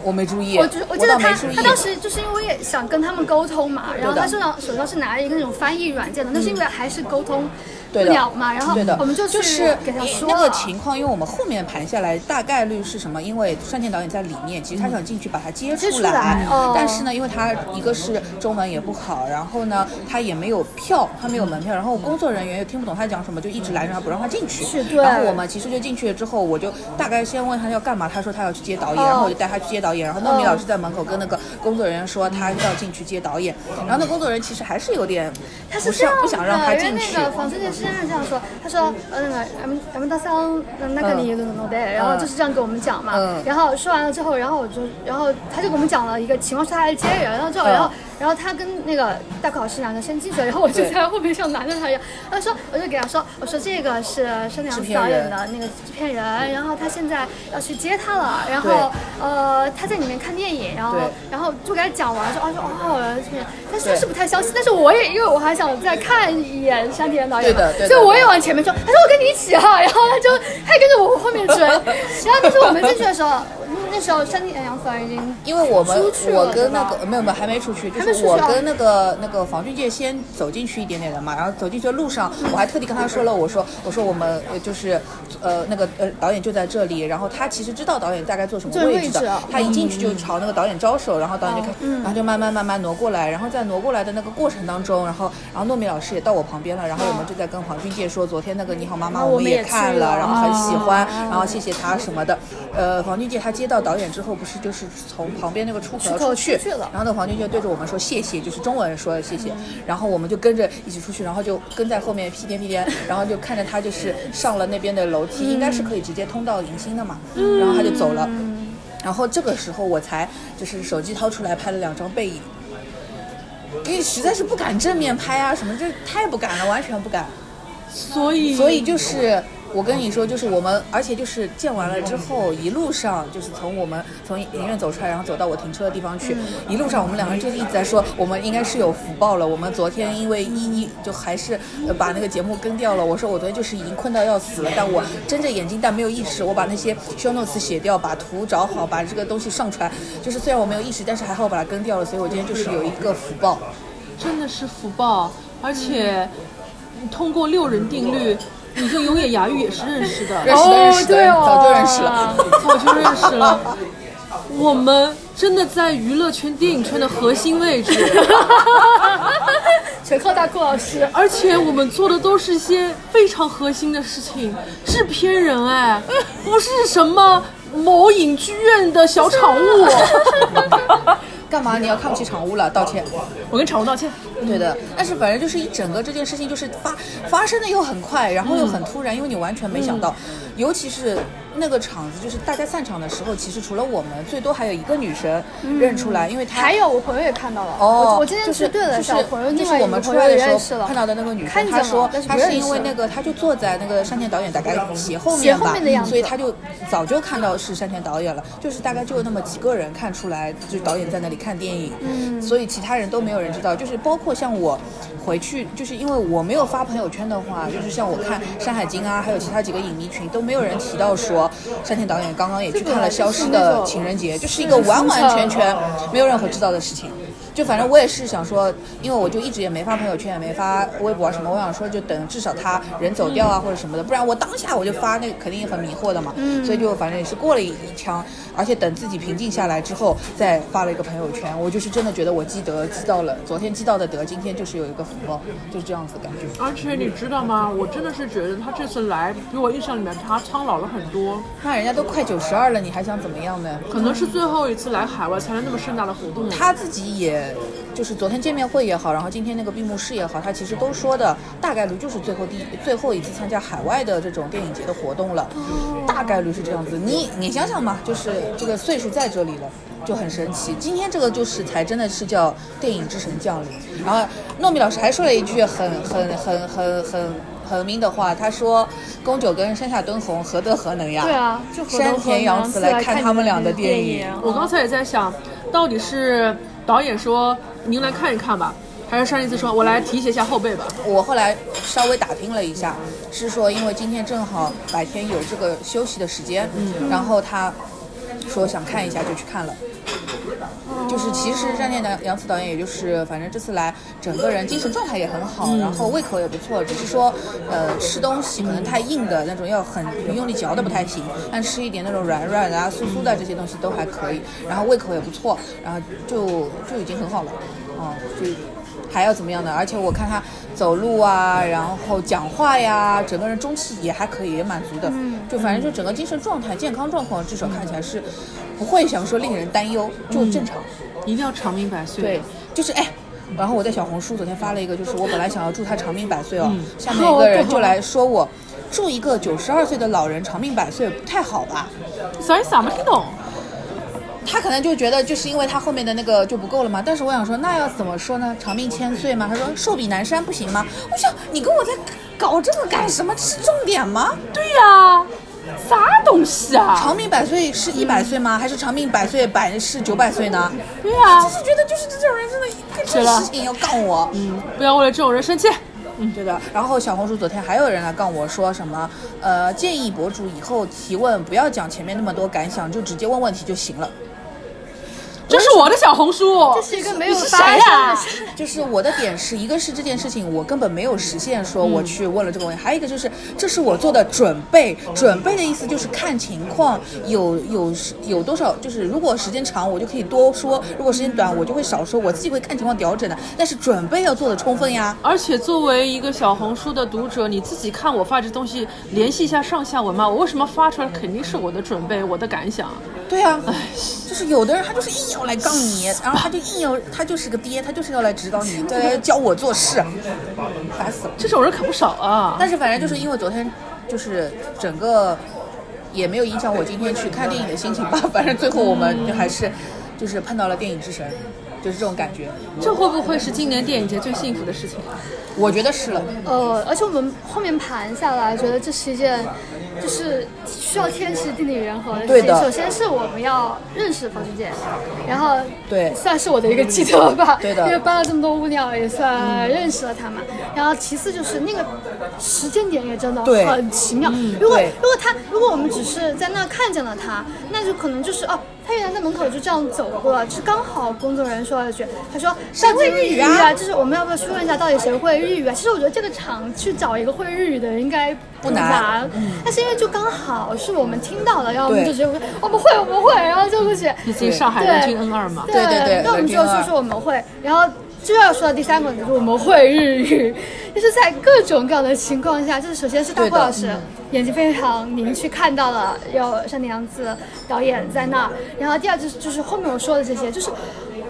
[SPEAKER 1] 我没注意，
[SPEAKER 3] 我就我记得
[SPEAKER 1] 倒没
[SPEAKER 3] 他
[SPEAKER 1] 注意
[SPEAKER 3] 他当时就是因为也想跟他们沟通嘛，然后他手上手上是拿了一个那种翻译软件的，那是因为还是沟通不
[SPEAKER 1] 对的
[SPEAKER 3] 了嘛，然后
[SPEAKER 1] 对的，
[SPEAKER 3] 我们就去
[SPEAKER 1] 是
[SPEAKER 3] 给他
[SPEAKER 1] 因
[SPEAKER 3] 说
[SPEAKER 1] 那个
[SPEAKER 3] 了
[SPEAKER 1] 情况，因为我们后面盘下来大概率是什么？因为山田导演在里面，其实他想进去把他接
[SPEAKER 3] 接
[SPEAKER 1] 出嗯
[SPEAKER 3] 出来哦
[SPEAKER 1] 但是呢，因为他一个是中文也不好，然后呢他也没有票，他没有门票，然后工作人员又听不懂他讲什么，就一直拦着他不让他进去。
[SPEAKER 3] 是对
[SPEAKER 1] 然后我们其实就进去了之后，我就大概先问他要干嘛，他说他要去接导演，
[SPEAKER 3] 哦
[SPEAKER 1] 然后我就带他去接导演，然后糯米
[SPEAKER 3] 哦
[SPEAKER 1] 老师在门口跟那个工作人员说他要进去接导演，然后那工作人员其实还是有点
[SPEAKER 3] 他
[SPEAKER 1] 不
[SPEAKER 3] 是
[SPEAKER 1] 是
[SPEAKER 3] 这样
[SPEAKER 1] 不想让他
[SPEAKER 3] 的，因为
[SPEAKER 1] 进去
[SPEAKER 3] 那。个纺织店是这样这样说，他说呃那个 M M 大三那个你有什么的，然后就是这样给我们讲嘛
[SPEAKER 1] 嗯，
[SPEAKER 3] 然后说完了之后，然后我就然后他就给我们讲了一个情况，说他来接人，然后之后
[SPEAKER 1] 嗯
[SPEAKER 3] 然后然后他跟那个大考师两个先进去了，然后我就
[SPEAKER 1] 对
[SPEAKER 3] 在后面像拦着他一样，他说我就给他说我说这个是山田洋子导演的那个制片人，然后他现在要去接他了，然后呃他在里面看电影，然后
[SPEAKER 1] 对
[SPEAKER 3] 然后就给他讲完说哦说哦这边，但是
[SPEAKER 1] 对
[SPEAKER 3] 是不太相信，但是我也因为我还想再看一眼山田导演嘛，
[SPEAKER 1] 对的对的
[SPEAKER 3] 所以我也往前面冲。他说我跟你一起哈、然后他就他也跟着我后面追，然后但是我们进去的时候，那时候山田洋子已经
[SPEAKER 1] 因为我们
[SPEAKER 3] 出去了
[SPEAKER 1] 我跟那
[SPEAKER 3] 是吧
[SPEAKER 1] 个没有没有还没出去，就
[SPEAKER 3] 还没出
[SPEAKER 1] 是
[SPEAKER 3] 去
[SPEAKER 1] 我
[SPEAKER 3] 啊
[SPEAKER 1] 跟那个那个房俊介先走进去一点点的嘛，然后走进去的路上，
[SPEAKER 3] 嗯
[SPEAKER 1] 我还特地跟他说了，我说我说我们呃就是呃那个呃导演就在这里，然后他其实知道导演大概坐什么
[SPEAKER 3] 这个
[SPEAKER 1] 位置
[SPEAKER 3] 位置
[SPEAKER 1] 的
[SPEAKER 3] 啊，
[SPEAKER 1] 他一进去就朝那个导演招手，然后导演就看，
[SPEAKER 3] 嗯
[SPEAKER 1] 然后就慢慢慢慢挪过来，然后在挪过来的那个过程当中，然后然后糯米老师也到我旁边了，然后我们就在跟黄俊介说，昨天那个你好妈妈
[SPEAKER 3] 嗯啊
[SPEAKER 1] 我
[SPEAKER 3] 我
[SPEAKER 1] 们
[SPEAKER 3] 们
[SPEAKER 1] 也
[SPEAKER 3] 也啊去
[SPEAKER 1] 看了，
[SPEAKER 3] 了
[SPEAKER 1] 然后很喜欢，然后谢谢他什么的，呃黄俊介他接到导演之后，不是就是从旁边那个出口。
[SPEAKER 3] 出口
[SPEAKER 1] 出去
[SPEAKER 3] 出去了嗯
[SPEAKER 1] 然后呢，黄俊就对着我们说谢谢，就是中文说谢谢，然后我们就跟着一起出去，然后就跟在后面屁颠屁颠，然后就看着他就是上了那边的楼梯，应
[SPEAKER 3] 嗯
[SPEAKER 1] 该是可以直接通到迎新的嘛，然后他就走了。然后这个时候我才就是手机掏出来拍了两张背影，因为实在是不敢正面拍啊，什么这太不敢了，完全不敢。
[SPEAKER 2] 所以
[SPEAKER 1] 所以就是我跟你说，就是我们，而且就是见完了之后，一路上就是从我们从影院走出来，然后走到我停车的地方
[SPEAKER 3] 嗯
[SPEAKER 1] 去，一路上我们两个人就一直在说，我们应该是有福报了。我们昨天因为一一就还是呃把那个节目跟掉了。我说我昨天就是已经困到要死了，但我睁着眼睛，但没有意识，我把那些 show notes 写掉，把图找好，把这个东西上传。就是虽然我没有意识，但是还好我把它跟掉了，所以我今天就是有一个福
[SPEAKER 3] 哦
[SPEAKER 1] 报。
[SPEAKER 2] 真的是福报，而且通过六人定律，你跟永野芽郁也是认识的，
[SPEAKER 1] 认识的认识的，
[SPEAKER 3] 对哦
[SPEAKER 1] 早就认识了。
[SPEAKER 2] 早就认识了。我们真的在娱乐圈、电影圈的核心位 置，
[SPEAKER 3] 全靠大顾老师。
[SPEAKER 2] 而且我们做的都是一些非常核心的事情。制片人哎，不是什么某影剧院的小场务。
[SPEAKER 1] 干嘛？你要看不起场务了？道歉。
[SPEAKER 2] 我跟场务道歉。
[SPEAKER 1] 对的，但是反正就是一整个这件事情就是发发生的又很快，然后又很突然，因为你完全没想到，尤其是那个场子，就是大家散场的时候，其实除了我们，最多还有一个女生认出来，因为她
[SPEAKER 3] 还有我朋友也看到了，
[SPEAKER 1] 哦，
[SPEAKER 3] 我我今天
[SPEAKER 1] 就
[SPEAKER 3] 去
[SPEAKER 1] 是
[SPEAKER 3] 对了
[SPEAKER 1] 就是
[SPEAKER 3] 小朋友，
[SPEAKER 1] 就
[SPEAKER 3] 另
[SPEAKER 1] 是
[SPEAKER 3] 外一
[SPEAKER 1] 我
[SPEAKER 3] 个
[SPEAKER 1] 们出
[SPEAKER 3] 朋
[SPEAKER 1] 来
[SPEAKER 3] 友也
[SPEAKER 1] 的时
[SPEAKER 3] 认识
[SPEAKER 1] 候
[SPEAKER 3] 了，
[SPEAKER 1] 看到的那个女
[SPEAKER 3] 看
[SPEAKER 1] 生，
[SPEAKER 3] 见
[SPEAKER 1] 她
[SPEAKER 3] 了
[SPEAKER 1] 说
[SPEAKER 3] 但是
[SPEAKER 1] 她
[SPEAKER 3] 不认
[SPEAKER 1] 是
[SPEAKER 3] 识
[SPEAKER 1] 因为那个，她就坐在那个山田导演大概斜后
[SPEAKER 3] 斜
[SPEAKER 1] 面
[SPEAKER 3] 后
[SPEAKER 1] 吧
[SPEAKER 3] 面的样，子
[SPEAKER 1] 所以她就早就看到是山田导演了，就是大概就那么几个人看出来，就是导演在那里看电影，
[SPEAKER 3] 嗯
[SPEAKER 1] 嗯所以其他人都没有人知道，就是包括像我回去，就是因为我没有发朋友圈的话，就是像我看《山海经》啊，还有其他几个影迷群都没有人提到说山田导演刚刚也去看了《消失的情人节》，就是一个完完全全没有任何知道的事情。就反正我也是想说，因为我就一直也没发朋友圈，也没发微博啊什么，我想说就等至少他人走掉啊或者什么的，不然我当下我就发那肯定也很迷惑的嘛。所以就反正也是过了一一枪，而且等自己平静下来之后再发了一个朋友圈，我就是真的觉得我积德积到了，昨天积到的德，今天就是有一个福报，就是这样子的感觉。
[SPEAKER 2] 而且你知道吗？我真的是觉得他这次来，比我印象里面他苍老了很多。
[SPEAKER 1] 那人家都快九十二了，你还想怎么样呢？
[SPEAKER 3] 嗯
[SPEAKER 2] 可能是最后一次来海外参加那么盛大的活动了。
[SPEAKER 1] 他自己也就是昨天见面会也好，然后今天那个闭幕式也好，他其实都说的大概率就是最后第一最后一次参加海外的这种电影节的活动了，
[SPEAKER 3] 哦
[SPEAKER 1] 大概率是这样子。你你想想嘛，就是这个岁数在这里了。就很神奇，今天这个就是才真的是叫电影之神降临。然后糯米老师还说了一句很很很很很很明的话，他说：“宫九跟山下敦弘何德何能呀？”
[SPEAKER 3] 对啊就何德何
[SPEAKER 1] 山
[SPEAKER 3] 能
[SPEAKER 1] 田洋子来看他们俩的电影。
[SPEAKER 2] 我刚才也在想，到底是导演说您来看一看吧，还是上一次说我来提携一下后辈吧？
[SPEAKER 1] 我后来稍微打听了一下，是说因为今天正好白天有这个休息的时间，然后他说想看一下就去看了。就是其实战田杨杨紫导演，也就是反正这次来，整个人精神状态也很好，然后胃口也不错，只是说呃吃东西可能太硬的那种要很用力嚼的不太行，但吃一点那种软软的啊、酥酥的这些东西都还可以，然后胃口也不错，然后就就已经很好了，哦、就。还要怎么样的？而且我看他走路啊，然后讲话呀，整个人中气也还可以，也满足的。就反正就整个精神状态、健康状况，至少看起来是不会想说令人担忧，就正常。
[SPEAKER 2] 一定要长命百岁。
[SPEAKER 1] 对，就是哎。然后我在小红书昨天发了一个，就是我本来想要祝他长命百岁哦，下面一个人就来说我祝一个九十二岁的老人长命百岁不太好吧？
[SPEAKER 2] 啥意思啊？没听懂。
[SPEAKER 1] 他可能就觉得就是因为他后面的那个就不够了嘛。但是我想说，那要怎么说呢？长命千岁嘛。他说寿比南山不行吗？我想你跟我在搞这个干什么？是重点吗？
[SPEAKER 2] 对呀、啥东西啊？
[SPEAKER 1] 长命百岁是一百岁吗？还是长命百岁百是九百岁呢？
[SPEAKER 2] 对呀、
[SPEAKER 1] 就是觉得就是这种人真的干这
[SPEAKER 2] 是
[SPEAKER 1] 种
[SPEAKER 2] 了
[SPEAKER 1] 事情要杠我。
[SPEAKER 2] 不要为了这种人生气。
[SPEAKER 1] 对的。然后小红书昨天还有人来杠我说什么，呃，建议博主以后提问不要讲前面那么多感想，就直接问问题就行了。
[SPEAKER 2] 这是我的小红书，
[SPEAKER 3] 这是一个没有
[SPEAKER 2] 你是
[SPEAKER 3] 发
[SPEAKER 2] 谁
[SPEAKER 3] 生
[SPEAKER 2] 呀、
[SPEAKER 3] 的
[SPEAKER 2] 啊？
[SPEAKER 3] 事。
[SPEAKER 1] 就是我的点是一个是这件事情我根本没有实现，说我去问了这个问题，还有一个就是这是我做的准备，准备的意思就是看情况，有有有多少，就是如果时间长我就可以多说，如果时间短我就会少说，我自己会看情况调整的，但是准备要做的充分呀。
[SPEAKER 2] 而且作为一个小红书的读者，你自己看我发这东西，联系一下上下文嘛。我为什么发出来，肯定是我的准备，我的感想。
[SPEAKER 1] 对啊，就是有的人他就是硬要来杠你，然后他就硬要，他就是个爹，他就是要来指导你，对，教我做事，烦死了。
[SPEAKER 2] 这种人可不少啊。
[SPEAKER 1] 但是反正就是因为昨天就是整个也没有影响我今天去看电影的心情吧， 反正最后我们就还是就是碰到了电影之神，就是这种感觉，
[SPEAKER 2] 这会不会是今年电影节最幸福的事情啊？
[SPEAKER 1] 我觉得是了。
[SPEAKER 3] 呃，而且我们后面盘下来，觉得这是一件，就是需要天时地利人和的
[SPEAKER 1] 对
[SPEAKER 3] 事
[SPEAKER 1] 的
[SPEAKER 3] 情。首先是我们要认识冯俊健，然后
[SPEAKER 1] 对
[SPEAKER 3] 算是我的一个寄托 吧。
[SPEAKER 1] 对的
[SPEAKER 3] 因为搬了这么多物料，也算认识了他嘛。然后其次就是那个时间点也真的
[SPEAKER 1] 对嗯
[SPEAKER 3] 很奇妙。如果
[SPEAKER 1] 对
[SPEAKER 3] 如果他如果我们只是在那看见了他，那就可能就是哦。他原来在门口就这样走过了，就是刚好工作人员说了一句，他说
[SPEAKER 1] 上
[SPEAKER 3] 会
[SPEAKER 1] 次
[SPEAKER 3] 日
[SPEAKER 1] 日
[SPEAKER 3] 语
[SPEAKER 1] 语
[SPEAKER 3] 啊，
[SPEAKER 1] 啊
[SPEAKER 3] 就是我们要不要去问一下到底谁会日语啊？其实我觉得这个场去找一个会日语的人应该
[SPEAKER 1] 不
[SPEAKER 3] 难，
[SPEAKER 1] 难嗯
[SPEAKER 3] 但是因为就刚好是我们听到了，然后我们
[SPEAKER 1] 对
[SPEAKER 3] 就直接说我们会我们会，然后就过去。
[SPEAKER 2] 毕竟上海人均 N 二嘛。
[SPEAKER 1] 对对对
[SPEAKER 3] 那我们
[SPEAKER 1] 冷
[SPEAKER 3] 就
[SPEAKER 1] 静了
[SPEAKER 3] 说说我们会，然后就要说到第三个，就是我们会日语，就是在各种各样的情况下，就是首先是大
[SPEAKER 1] 对
[SPEAKER 3] 郭
[SPEAKER 1] 的嗯
[SPEAKER 3] 老师眼睛非常明去看到了有山田洋子导演在那儿，然后第二就是就是后面我说的这些，就是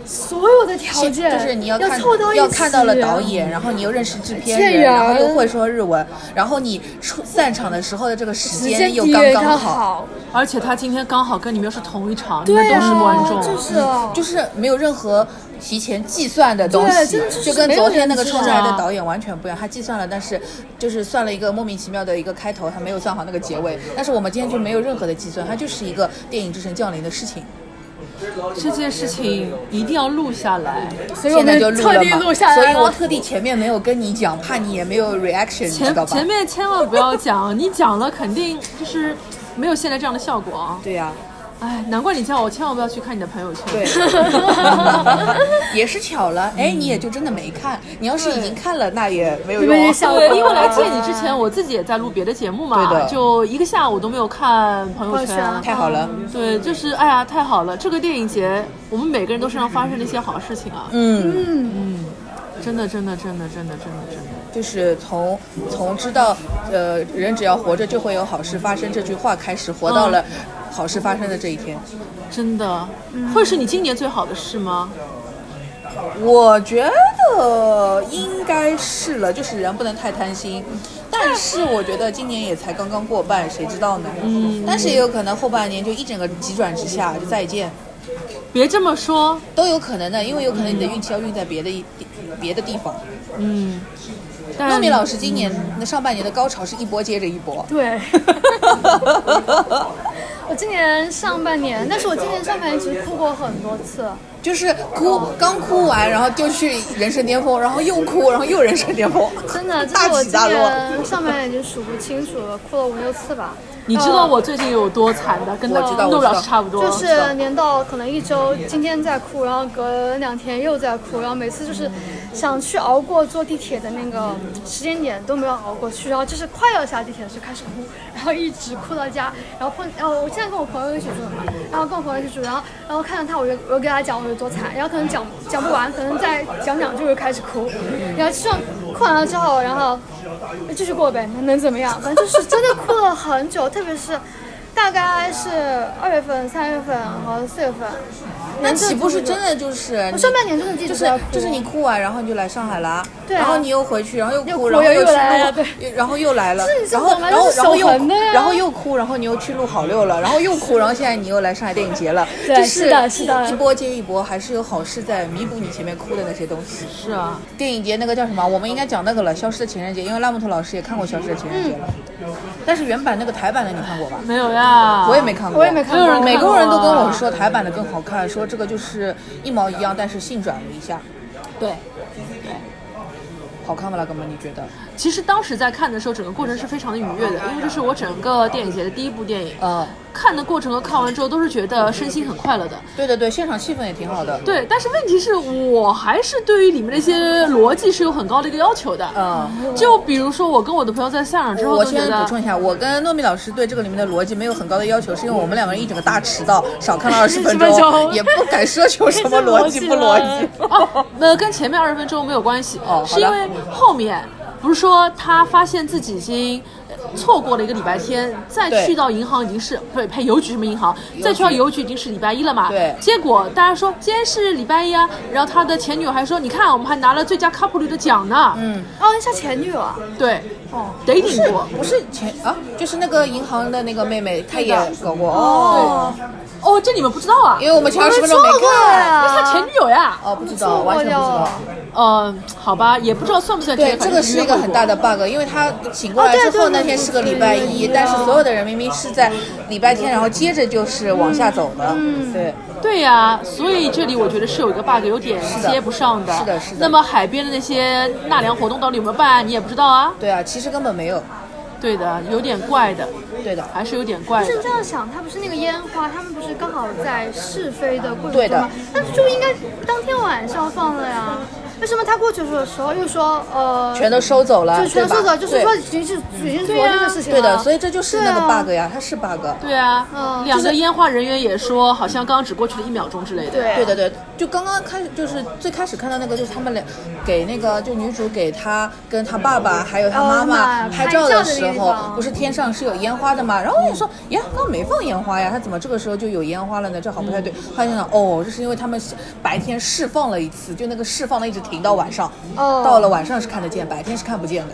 [SPEAKER 3] 所有的条件
[SPEAKER 1] 就是你要看
[SPEAKER 3] 凑到一起，
[SPEAKER 1] 要看到了导演，然后你又认识制片
[SPEAKER 3] 片
[SPEAKER 1] 人，
[SPEAKER 3] 人
[SPEAKER 1] 然后又会说日文，然后你出散场的时候的这个时
[SPEAKER 3] 时
[SPEAKER 1] 间
[SPEAKER 3] 间
[SPEAKER 1] 又
[SPEAKER 3] 地
[SPEAKER 1] 刚
[SPEAKER 3] 位
[SPEAKER 1] 刚
[SPEAKER 3] 刚
[SPEAKER 1] 好。
[SPEAKER 3] 好，
[SPEAKER 2] 而且他今天刚好跟你们又是同一场，你们
[SPEAKER 3] 对
[SPEAKER 2] 都
[SPEAKER 3] 啊，
[SPEAKER 2] 是观众。嗯
[SPEAKER 3] 就是哦
[SPEAKER 1] 就是没有任何提前计算的东
[SPEAKER 3] 对
[SPEAKER 1] 西
[SPEAKER 3] 真的就，是
[SPEAKER 1] 就跟
[SPEAKER 3] 没有
[SPEAKER 1] 昨天那个
[SPEAKER 3] 人知啊
[SPEAKER 1] 冲出来的
[SPEAKER 2] 道
[SPEAKER 1] 导演完全不一样。他计算了，但是就是算了一个莫名其妙的一个开头，他没有算好那个结尾。但是我们今天就没有任何的计算，它就是一个电影之神降临的事情。
[SPEAKER 2] 这件事情一定要录下来。
[SPEAKER 3] 所以我
[SPEAKER 1] 现在
[SPEAKER 3] 们
[SPEAKER 1] 就录了
[SPEAKER 3] 特地
[SPEAKER 1] 嘛，
[SPEAKER 3] 录下
[SPEAKER 1] 所
[SPEAKER 3] 来
[SPEAKER 1] 以我
[SPEAKER 3] 了。
[SPEAKER 1] 特地前面没有跟你讲，怕你也没有 reaction，你知道吧
[SPEAKER 2] 前前？面千万不要讲，你讲了肯定就是没有现在这样的效果啊！
[SPEAKER 1] 对呀、
[SPEAKER 2] 哎，难怪你叫我千万不要去看你的朋友圈。
[SPEAKER 1] 对， 也是巧了，哎，你也就真的没看。你要是已经看了，那也没有
[SPEAKER 3] 你们
[SPEAKER 1] 用
[SPEAKER 3] 也
[SPEAKER 1] 哦。
[SPEAKER 3] 想
[SPEAKER 2] 对，因为来见你之 前，我自己也在录别的节目嘛，
[SPEAKER 1] 对的
[SPEAKER 2] 就一个下午都没有看朋友
[SPEAKER 3] 朋友圈
[SPEAKER 2] 圈。
[SPEAKER 1] 太好了，
[SPEAKER 2] 对，就是哎呀，太好了！这个电影节，我们每个人都身上发生了一些好事情啊！
[SPEAKER 1] 嗯。
[SPEAKER 2] 真的，真的，真的，真的，真的，真的，
[SPEAKER 1] 就是从从知道，呃，人只要活着就会有好事发生这句话开始，活到了好事发生的这一天。
[SPEAKER 3] 嗯
[SPEAKER 2] 真的，会是你今年最好的事吗？
[SPEAKER 1] 我觉得应该是了，就是人不能太贪心。但是我觉得今年也才刚刚过半，谁知道呢？嗯。但是也有可能后半年就一整个急转直下，就再见，
[SPEAKER 2] 别这么说，
[SPEAKER 1] 都有可能的，因为有可能你的运气要运在别的一地别的地方。
[SPEAKER 2] 嗯，
[SPEAKER 1] 糯
[SPEAKER 2] 但
[SPEAKER 1] 米老师今年那上半年的高潮是一波接着一波。
[SPEAKER 3] 对， 我今年上半年，但是我今年上半年其实哭过很多次。
[SPEAKER 1] 就是哭，刚哭完，然后就去人生巅峰，然后又哭，然后又人生巅 峰，
[SPEAKER 3] 真的，这
[SPEAKER 1] 大
[SPEAKER 3] 是我
[SPEAKER 1] 起
[SPEAKER 3] 今
[SPEAKER 1] 大落。
[SPEAKER 3] 年上半年已经数不清楚了，哭了五六次吧。
[SPEAKER 2] 你知道我最近有多惨的，跟
[SPEAKER 1] 嗯我知道
[SPEAKER 2] 豆老
[SPEAKER 1] 我知道
[SPEAKER 2] 师差不多，
[SPEAKER 3] 就是连到可能一周，今天在哭，然后隔两天又在哭，然后每次就是想去熬过坐地铁的那个时间点都没有熬过去，然后就是快要下地铁的时候开始哭，然后一直哭到家，然后碰，然后我现在跟我朋友一起住的嘛，然后跟我朋友一起住，然后然后看到他，我就我就给他讲我有多惨，然后可能讲讲不完，可能再讲讲就又开始哭，然后这样哭完了之后，然后继续过呗，能能怎么样？反正就是真的哭了很久，特别是。大概是二月份、三月份和四月份，
[SPEAKER 1] 那岂不是真的就是
[SPEAKER 3] 我？上半年真的记
[SPEAKER 1] 就
[SPEAKER 3] 得
[SPEAKER 1] 是就是你哭完，然后你就来上海啦，
[SPEAKER 3] 对啊
[SPEAKER 1] 然后你又回去，然后又
[SPEAKER 3] 又
[SPEAKER 1] 哭，
[SPEAKER 3] 哭
[SPEAKER 1] 然后
[SPEAKER 3] 又
[SPEAKER 1] 去
[SPEAKER 3] 来了
[SPEAKER 1] 录，然后又来了
[SPEAKER 3] 是你，是
[SPEAKER 1] 然后
[SPEAKER 3] 怎么
[SPEAKER 1] 然后
[SPEAKER 3] 这是
[SPEAKER 1] 然后又
[SPEAKER 3] 手痕的呀
[SPEAKER 1] 然后又哭，然后你又去录好六了，然后又哭，然后现在你又来上海电影节了，
[SPEAKER 3] 对
[SPEAKER 1] 就是
[SPEAKER 3] 的是的
[SPEAKER 1] 一波接一波，还是有好事在弥补你前面哭的那些东西。
[SPEAKER 2] 是啊，
[SPEAKER 1] 电影节那个叫什么？我们应该讲那个了，《消失的情人节》，因为拉木头老师也看过《消失的情人节》了，但是原版那个台版的你看过吧？
[SPEAKER 2] 没有呀，
[SPEAKER 1] 我也没看过，
[SPEAKER 3] 我也没看过
[SPEAKER 1] 有人
[SPEAKER 2] 啊
[SPEAKER 1] 美
[SPEAKER 2] 没有
[SPEAKER 1] 国
[SPEAKER 2] 人看过啊
[SPEAKER 1] 人都跟我说台版的更好看，说这个就是一毛一样，但是性转了一下，
[SPEAKER 2] 对。
[SPEAKER 1] 好看不啦，哥们？你觉得？
[SPEAKER 2] 其实当时在看的时候，整个过程是非常的愉悦的，因为这是我整个电影节的第一部电影。
[SPEAKER 1] 呃，
[SPEAKER 2] 看的过程和看完之后都是觉得身心很快乐的。
[SPEAKER 1] 对对对，现场气氛也挺好的。
[SPEAKER 2] 对，但是问题是我还是对于里面的一些逻辑是有很高的一个要求的。
[SPEAKER 1] 嗯，
[SPEAKER 2] 就比如说我跟我的朋友在散场之后
[SPEAKER 1] 我
[SPEAKER 2] 都觉
[SPEAKER 1] 先
[SPEAKER 2] 得
[SPEAKER 1] 补，充一下，我跟糯米老师对这个里面的逻辑没有很高的要求，是因为我们两个人一整个大迟到，少看了二十分
[SPEAKER 3] 20分
[SPEAKER 1] 钟，
[SPEAKER 3] 钟
[SPEAKER 1] 也不敢奢求什么逻 辑不
[SPEAKER 2] 啊
[SPEAKER 1] 逻辑。
[SPEAKER 2] 哦，那跟前面二十分钟没有关系，
[SPEAKER 1] 哦好的
[SPEAKER 2] 是因为后面不是说他发现自己已经。呃错过了一个礼拜天，再
[SPEAKER 1] 对
[SPEAKER 2] 去到银行已经是不是呸邮局什么银行，再去到邮局已经是礼拜一了嘛？
[SPEAKER 1] 对
[SPEAKER 2] 结果大家说今天是礼拜一啊，然后他的前女友还说，你看我们还拿了最佳 couple 的奖呢。嗯，
[SPEAKER 3] 哦，你像前女友啊？
[SPEAKER 2] 对
[SPEAKER 3] 哦，
[SPEAKER 2] ，dating 过。
[SPEAKER 1] 不是前啊，就是那个银行的那个妹妹，她也搞过哦
[SPEAKER 3] 哦，
[SPEAKER 2] 哦，这你们不知道啊？
[SPEAKER 1] 因为我们前二十分钟没
[SPEAKER 3] 我们错过
[SPEAKER 1] 看。
[SPEAKER 3] 了
[SPEAKER 2] 那是他前女友呀。
[SPEAKER 1] 哦，不知道，完全不知道。
[SPEAKER 2] 嗯，好吧，也不知道算不算
[SPEAKER 1] 对，
[SPEAKER 2] dating，
[SPEAKER 1] 这个是一个很大
[SPEAKER 2] 的。
[SPEAKER 1] 的 bug，因为呃他醒过来
[SPEAKER 3] 哦对
[SPEAKER 1] 之后
[SPEAKER 3] 对
[SPEAKER 1] 那
[SPEAKER 3] 对
[SPEAKER 1] 天是个
[SPEAKER 3] 对
[SPEAKER 1] 礼拜
[SPEAKER 3] 对
[SPEAKER 1] 一，
[SPEAKER 3] 对
[SPEAKER 1] 但是所有的人明明是在礼拜天，然后接着就是往下走的。
[SPEAKER 3] 嗯
[SPEAKER 1] 对，
[SPEAKER 2] 对呀、所以这里我觉得是有一个 bug，有点
[SPEAKER 1] 的
[SPEAKER 2] 接不上的。
[SPEAKER 1] 是的是的
[SPEAKER 2] 那么海边的那些纳凉活动到底有没有办，你也不知道啊。
[SPEAKER 1] 对啊，其实根本没有。
[SPEAKER 2] 对的，有点怪的，
[SPEAKER 1] 对的，
[SPEAKER 2] 还是有点怪
[SPEAKER 3] 但是
[SPEAKER 2] 的
[SPEAKER 3] 这。样想，他不是那个烟花，他们不是刚好在试飞的过
[SPEAKER 1] 对
[SPEAKER 3] 程
[SPEAKER 1] 的
[SPEAKER 3] 中吗？但是就应该当天晚上放的呀。为什么他过去的时候又说呃，
[SPEAKER 1] 全都收走了，
[SPEAKER 3] 就全收
[SPEAKER 1] 对吧
[SPEAKER 3] 走，就是说已经是已经做这个事情
[SPEAKER 1] 对啊对
[SPEAKER 3] 了。
[SPEAKER 1] 的，所以这就是那个
[SPEAKER 3] 对啊
[SPEAKER 1] bug 呀，它是 bug。
[SPEAKER 2] 对啊，
[SPEAKER 3] 嗯
[SPEAKER 2] 两个烟花人员也说，好像刚刚只过去了一秒钟之类的。
[SPEAKER 3] 对
[SPEAKER 1] 对的对，就刚刚开始就是最开始看到那个，就是他们俩给那个就女主给她跟她爸爸还有她妈妈
[SPEAKER 3] 哦妈妈
[SPEAKER 1] 拍照的时
[SPEAKER 3] 拍照的那个地
[SPEAKER 1] 候，
[SPEAKER 3] 方
[SPEAKER 1] 不是天上是有烟花的嘛？然后我就说，呀，刚刚没放烟花呀，她怎么这个时候就有烟花了呢？这好不太对。后来想想，哦，这是因为他们白天释放了一次，就那个释放了一直停到晚上，
[SPEAKER 3] 哦
[SPEAKER 1] 到了晚上是看得见，白天是看不见的。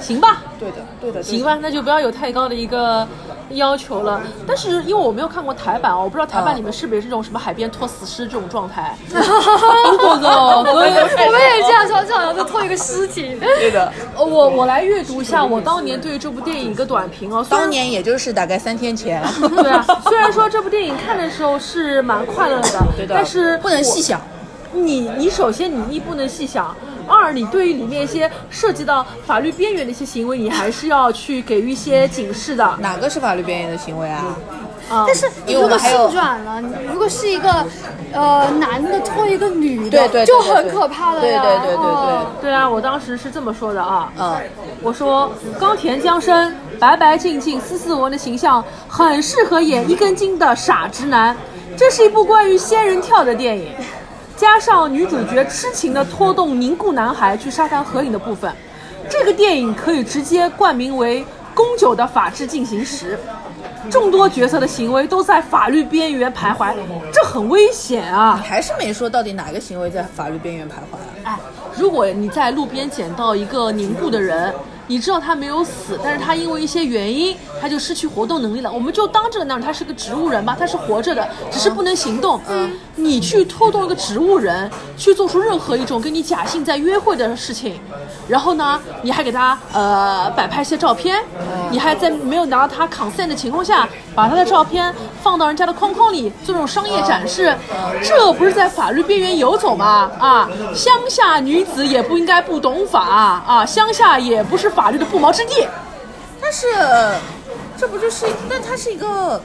[SPEAKER 2] 行吧，
[SPEAKER 1] 对的，对的，
[SPEAKER 2] 行吧，那就不要有太高的一个要求了。但是因为我没有看过台版哦，我不知道台版里面是不是也是这种什么海边拖死尸这种状 态。我操，我也
[SPEAKER 3] 我们也这样说，正好就偷一个尸体。
[SPEAKER 1] 对的。
[SPEAKER 2] 呃，我我来阅读一下我当年对于这部电影一个短评哦。虽然
[SPEAKER 1] 当年也就是大概三天前，
[SPEAKER 2] 对 啊，虽然说这部电影看的时候是蛮快乐的，
[SPEAKER 1] 对的，
[SPEAKER 2] 但是
[SPEAKER 1] 不能细想。
[SPEAKER 2] 我。你你首先你一不能细想，二你对于里面一些涉及到法律边缘的一些行为，你还是要去给予一些警示的
[SPEAKER 1] 哪个是法律边缘的行为啊？
[SPEAKER 2] 啊。
[SPEAKER 3] 但是你
[SPEAKER 1] 因为我
[SPEAKER 3] 如
[SPEAKER 1] 们
[SPEAKER 3] 果
[SPEAKER 1] 还有
[SPEAKER 3] 性转了，你如果是一个呃男的拖一个女的，
[SPEAKER 1] 对对对对
[SPEAKER 3] 就很可怕了
[SPEAKER 1] 对
[SPEAKER 3] 呀。
[SPEAKER 1] 对对对对
[SPEAKER 3] 哦。
[SPEAKER 2] 对啊，我当时是这么说的啊，
[SPEAKER 1] 嗯，
[SPEAKER 2] 我说高田将生白白净净、斯斯文文的形象很适合演一根筋的傻直男。这是一部关于仙人跳的电影，加上女主角痴情的拖动凝固男孩去沙滩合影的部分，这个电影可以直接冠名为《宫九的法制进行时》。众多角色的行为都在法律边缘徘徊，这很危险啊！
[SPEAKER 1] 还是没说到底哪个行为在法律边缘徘徊啊？
[SPEAKER 2] 哎，如果你在路边捡到一个凝固的人，你知道他没有死，但是他因为一些原因，他就失去活动能力了。我们就当这个那儿他是个植物人吧，他是活着的，只是不能行动。嗯，你去拖动一个植物人去做出任何一种跟你假性在约会的事情，然后呢，你还给他呃摆拍一些照片，你还在没有拿到他 consent 的情况下，把他的照片放到人家的框框里做这种商业展示，这不是在法律边缘游走吗？啊，乡下女子也不应该不懂法啊，乡下也不是法律的不毛之地。
[SPEAKER 1] 但是这不就是？但它是一个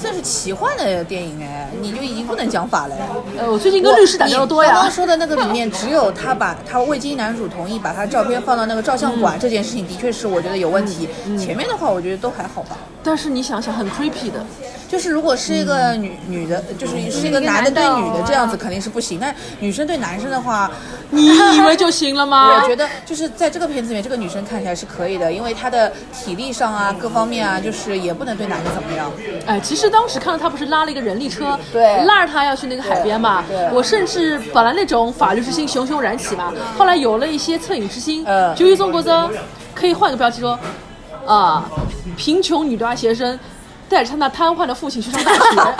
[SPEAKER 1] 算是奇幻的电影哎，你就已经不能讲法了呀。
[SPEAKER 2] 呃，我最近跟律师打交道多
[SPEAKER 1] 我你刚
[SPEAKER 2] 呀
[SPEAKER 1] 刚。说的那个里面，只有他把他未经男主同意把他照片放到那个照相
[SPEAKER 2] 嗯
[SPEAKER 1] 馆、这件事情，的确是我觉得有问题。前面的话，我觉得都还好吧。
[SPEAKER 2] 但是你想想，很 creepy 的。
[SPEAKER 1] 就是如果是一个女、女的，就是是一个
[SPEAKER 3] 嗯
[SPEAKER 1] 男的对女的
[SPEAKER 3] 嗯
[SPEAKER 1] 这样子肯定是不行，但女生对男生的话，
[SPEAKER 2] 你以为就行了吗？
[SPEAKER 1] 我觉得就是在这个片子里面，这个女生看起来是可以的，因为她的体力上啊，各方面啊，就是也不能对男的怎么样。
[SPEAKER 2] 哎，其实当时看到他不是拉了一个人力车，
[SPEAKER 1] 对
[SPEAKER 2] 拉着他要去那个海边嘛。
[SPEAKER 1] 对对
[SPEAKER 2] 我甚至本来那种法律之心熊熊燃起嘛，后来有了一些恻隐之心，
[SPEAKER 1] 嗯
[SPEAKER 2] 就一种觉着可以换个标题说，啊、贫穷女大学生带着她那瘫痪的父亲去上大学。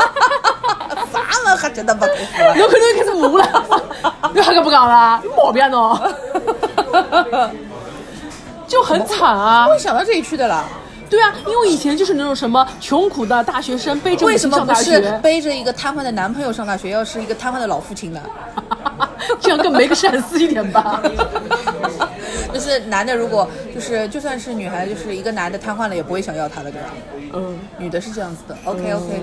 [SPEAKER 1] 啥啊了，还真的不舒服。
[SPEAKER 2] 有可能开始糊了，你还敢不讲啦？有毛病喏，就很惨啊！
[SPEAKER 1] 会想到这里去的啦？
[SPEAKER 2] 对啊，因为以前就是那种什么穷苦的大学生背着
[SPEAKER 1] 为
[SPEAKER 2] 母
[SPEAKER 1] 什
[SPEAKER 2] 亲
[SPEAKER 1] 么
[SPEAKER 2] 上
[SPEAKER 1] 不
[SPEAKER 2] 大
[SPEAKER 1] 是
[SPEAKER 2] 学，
[SPEAKER 1] 背着一个瘫痪的男朋友上大学，要是一个瘫痪的老父亲呢？
[SPEAKER 2] 这样更没个善思一点吧？
[SPEAKER 1] 就是男的，如果就是就算是女孩，就是一个男的瘫痪了，也不会想要她的，对吧？
[SPEAKER 2] 嗯，
[SPEAKER 1] 女的是这样子的，OK OK，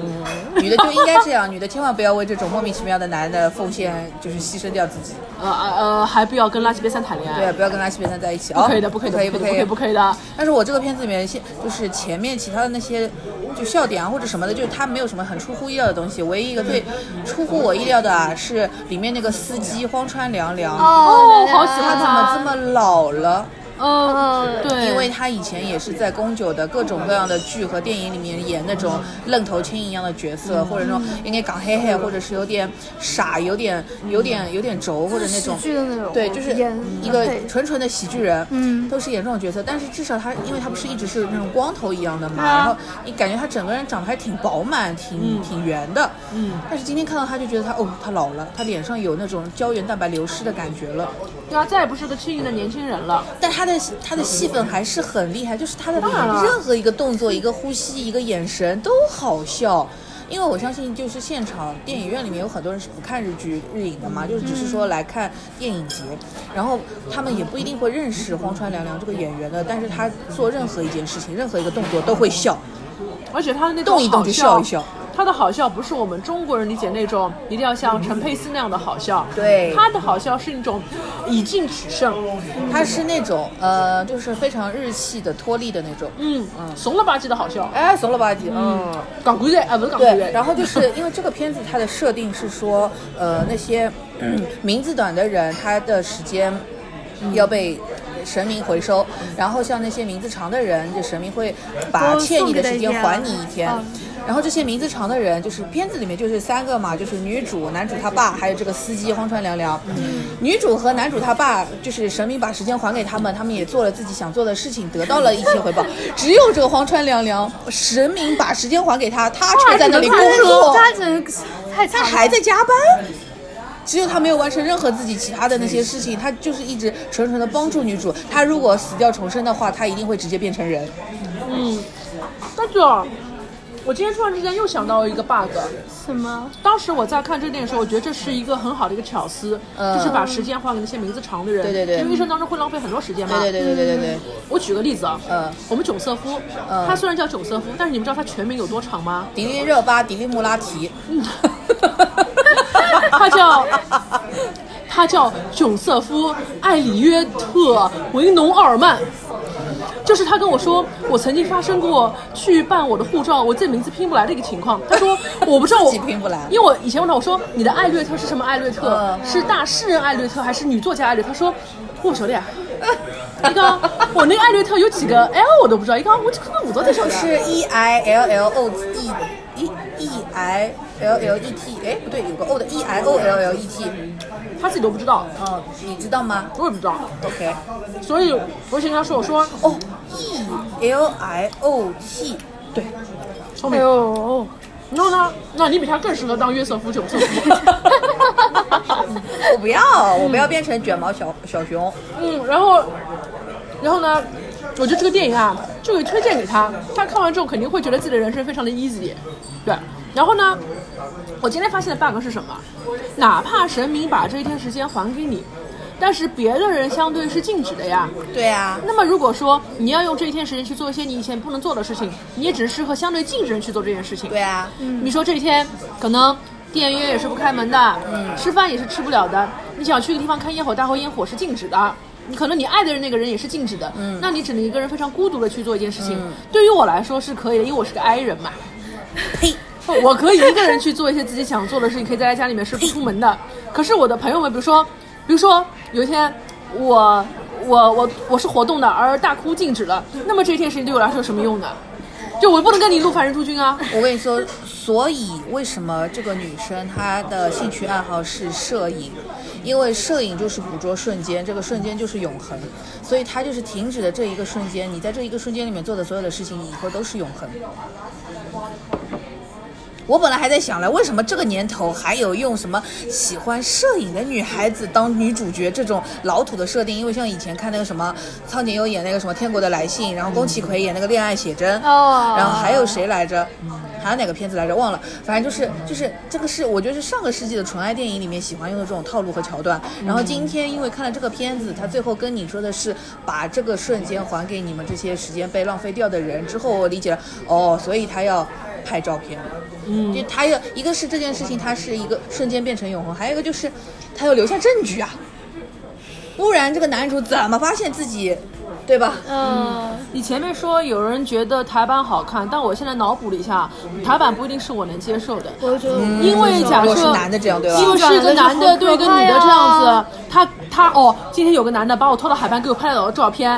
[SPEAKER 1] 女的就应该这样，女的千万不要为这种莫名其妙的男的奉献，就是牺牲掉自己。
[SPEAKER 2] 呃呃，还不要跟垃圾边三谈恋爱，
[SPEAKER 1] 对，不要跟垃圾变态在一起
[SPEAKER 2] 哎不
[SPEAKER 1] 哦。
[SPEAKER 2] 可以的，不可以的，
[SPEAKER 1] 可以，
[SPEAKER 2] 不
[SPEAKER 1] 不
[SPEAKER 2] 可以
[SPEAKER 1] 以，哦
[SPEAKER 2] 的，不可以的。
[SPEAKER 1] 但是我这个片子里面现就是前面其他的那些就笑点啊或者什么的，就是它没有什么很出乎意料的东西。唯一一个最出乎我意料的啊，是里面那个司机荒川凉凉，
[SPEAKER 2] 哦，好喜
[SPEAKER 1] 他
[SPEAKER 2] 欢
[SPEAKER 1] 怎么啊这
[SPEAKER 2] 他，
[SPEAKER 1] 么老了？
[SPEAKER 2] 嗯，对，
[SPEAKER 1] 因为他以前也是在宫九的各种各样的剧和电影里面演那种愣头青一样的角
[SPEAKER 2] 嗯
[SPEAKER 1] 色，或者那种应该港黑黑，或者是有点傻，有点有点有点轴，或者那种
[SPEAKER 3] 喜剧的那种
[SPEAKER 1] 对，就是
[SPEAKER 3] 演
[SPEAKER 1] 一个
[SPEAKER 3] 配
[SPEAKER 1] 纯纯的喜剧人，
[SPEAKER 3] 嗯
[SPEAKER 1] 都是演这种角色。但是至少他，因为他不是一直是那种光头一样的嘛，
[SPEAKER 3] 对啊
[SPEAKER 1] 然后你感觉他整个人长得还挺饱满，挺、挺圆的，
[SPEAKER 2] 嗯。
[SPEAKER 1] 但是今天看到他就觉得他哦，他老了，他脸上有那种胶原蛋白流失的感觉了。
[SPEAKER 2] 对啊，再也不是个轻盈的年轻人了。
[SPEAKER 1] 但他的他的戏份还是很厉害，就是他的
[SPEAKER 2] 当然了
[SPEAKER 1] 任何一个动作、一个呼吸、一个眼神都好笑。因为我相信，就是现场电影院里面有很多人是不看日剧、日影的嘛，就是只是
[SPEAKER 2] 嗯
[SPEAKER 1] 说来看电影节，然后他们也不一定会认识荒川凉凉这个演员的，但是他做任何一件事情、任何一个动作都会笑。
[SPEAKER 2] 而且他的那种
[SPEAKER 1] 动一动
[SPEAKER 2] 好
[SPEAKER 1] 就
[SPEAKER 2] 笑
[SPEAKER 1] 笑一笑
[SPEAKER 2] 他的好笑不是我们中国人理解那种一定要像陈佩斯那样的好笑，
[SPEAKER 1] 对
[SPEAKER 2] 他的好笑是一种以静取胜，
[SPEAKER 1] 他是那种呃，就是非常日系的脱力的那种，
[SPEAKER 2] 嗯，怂了吧唧的好笑，
[SPEAKER 1] 哎，怂了吧唧，嗯
[SPEAKER 2] 港鬼啊不是港
[SPEAKER 1] 对，
[SPEAKER 2] 鬼，
[SPEAKER 1] 然后就是 因为这个片子它的设定是说，呃，那些 嗯名字短的人，他的时间
[SPEAKER 3] 嗯
[SPEAKER 1] 要被。神明回收，然后像那些名字长的人，就神明会把
[SPEAKER 3] 都
[SPEAKER 1] 欠你的
[SPEAKER 3] 送给
[SPEAKER 1] 时间
[SPEAKER 3] 他一天
[SPEAKER 1] 还你一天
[SPEAKER 3] 嗯。
[SPEAKER 1] 然后这些名字长的人，就是片子里面就是三个嘛，就是女主、男主他爸，还有这个司机荒川凉凉。
[SPEAKER 3] 嗯
[SPEAKER 1] 女主和男主他爸，就是神明把时间还给他们，他们也做了自己想做的事情，得到了一些回报。只有这个荒川凉凉，神明把时间还给他，他却在那里工作，
[SPEAKER 3] 他整个太
[SPEAKER 1] 他
[SPEAKER 3] 惨
[SPEAKER 1] 还
[SPEAKER 3] 了
[SPEAKER 1] 在加班。只有他没有完成任何自己其他的那些事情，他就是一直纯纯的帮助女主。他如果死掉重生的话，他一定会直接变成人。
[SPEAKER 2] 但是啊我今天突然之间又想到一个 bug，
[SPEAKER 3] 什么？
[SPEAKER 2] 当时我在看这个电影的时候，我觉得这是一个很好的一个巧思，
[SPEAKER 1] 嗯
[SPEAKER 2] 就是把时间还给那些名字长的人，
[SPEAKER 1] 对对对
[SPEAKER 2] 因为一生当中会浪费很多时间嘛，
[SPEAKER 1] 对对对对对对对，
[SPEAKER 2] 我举个例子啊，
[SPEAKER 1] 嗯
[SPEAKER 2] 我们囧瑟夫，
[SPEAKER 1] 嗯
[SPEAKER 2] 他虽然叫囧瑟夫，但是你们知道他全名有多长吗？
[SPEAKER 1] 迪丽热巴、迪丽穆拉提，
[SPEAKER 2] 他叫他叫囧瑟夫·艾里约特·维农奥尔曼。就是他跟我说，我曾经发生过去办我的护照，我自己名字拼不来的一个情况。他说我不知道我
[SPEAKER 1] 自己拼不来
[SPEAKER 2] 因为我以前问他，我说你的艾略特是什么艾略特？
[SPEAKER 1] 嗯
[SPEAKER 2] 是大诗人艾略特还是女作家艾略特？他说我晓得呀。伊讲我那个艾略特有几个 L 我都不知道，伊讲我就看到五道才晓
[SPEAKER 1] 就
[SPEAKER 2] 得。
[SPEAKER 1] 是 E I L L O E E E I L L E T，哎，不对，有个 O 的 E I O L L E T，
[SPEAKER 2] 他自己都不知道，
[SPEAKER 1] 嗯，你知道吗
[SPEAKER 2] 我也不知道，
[SPEAKER 1] ？OK，
[SPEAKER 2] 所以我就跟他说，我说
[SPEAKER 1] 哦，E L I O T，对，
[SPEAKER 2] 聪
[SPEAKER 3] 哎
[SPEAKER 2] 明。
[SPEAKER 3] 呦，
[SPEAKER 2] 然后呢，那你比他更适合当约瑟夫·九瑟夫。
[SPEAKER 1] 我不要，我不要变成卷毛小小熊，
[SPEAKER 2] 嗯，然后，然后呢，我觉得这个电影啊，就给推荐给他，他看完之后肯定会觉得自己的人生非常的 easy，对。然后呢，我今天发现的 bug 是什么？哪怕神明把这一天时间还给你，但是别的人相对是禁止的呀。
[SPEAKER 1] 对啊，
[SPEAKER 2] 那么如果说你要用这一天时间去做一些你以前不能做的事情，你也只是适合相对禁止人去做这件事情。
[SPEAKER 1] 对啊，
[SPEAKER 2] 嗯你说这一天可能电影院也是不开门的，吃饭也是吃不了的。你想去个地方看烟火大会，烟火是禁止的。你可能你爱的人那个人也是禁止的，那你只能一个人非常孤独的去做一件事情。对于我来说是可以的，因为我是个 I 人嘛，
[SPEAKER 1] 呸，
[SPEAKER 2] 我可以一个人去做一些自己想做的事情，可以待在家里面是不出门的。可是我的朋友们，比如说，比如说有一天我我我我是活动的，而大哭禁止了，那么这件事情对我来说有什么用呢？就我不能跟你录凡人诸君啊，
[SPEAKER 1] 我跟你说，所以为什么这个女生她的兴趣爱好是摄影？因为摄影就是捕捉瞬间，这个瞬间就是永恒，所以她就是停止了这一个瞬间。你在这一个瞬间里面做的所有的事情，以后都是永恒。我本来还在想了，为什么这个年头还有用什么喜欢摄影的女孩子当女主角这种老土的设定？因为像以前看那个什么苍井优演那个什么《天国的来信》，然后宫崎葵演那个《恋爱写真》，
[SPEAKER 3] 哦
[SPEAKER 1] 然后还有谁来着？还有哪个片子来着？忘了，反正就是就是这个是我觉得是上个世纪的纯爱电影里面喜欢用的这种套路和桥段。然后今天因为看了这个片子，他最后跟你说的是把这个瞬间还给你们这些时间被浪费掉的人之后，我理解了哦，所以他要拍照片。就他要一个是这件事情，它是一个瞬间变成永恒，还有一个就是他要留下证据啊，不然这个男主怎么发现自己，对吧？
[SPEAKER 3] 嗯，
[SPEAKER 2] 你前面说有人觉得台版好看，但我现在脑补了一下，台版不一定是我能接受的。
[SPEAKER 3] 我觉得
[SPEAKER 1] 嗯
[SPEAKER 3] 我
[SPEAKER 2] 因为假
[SPEAKER 1] 如果
[SPEAKER 2] 设
[SPEAKER 1] 是男的这样对吧
[SPEAKER 2] 就是个男的对一个女的这样
[SPEAKER 3] 好可怕呀
[SPEAKER 2] 子，他他哦，今天有个男的把我拖到海边给我拍了照片，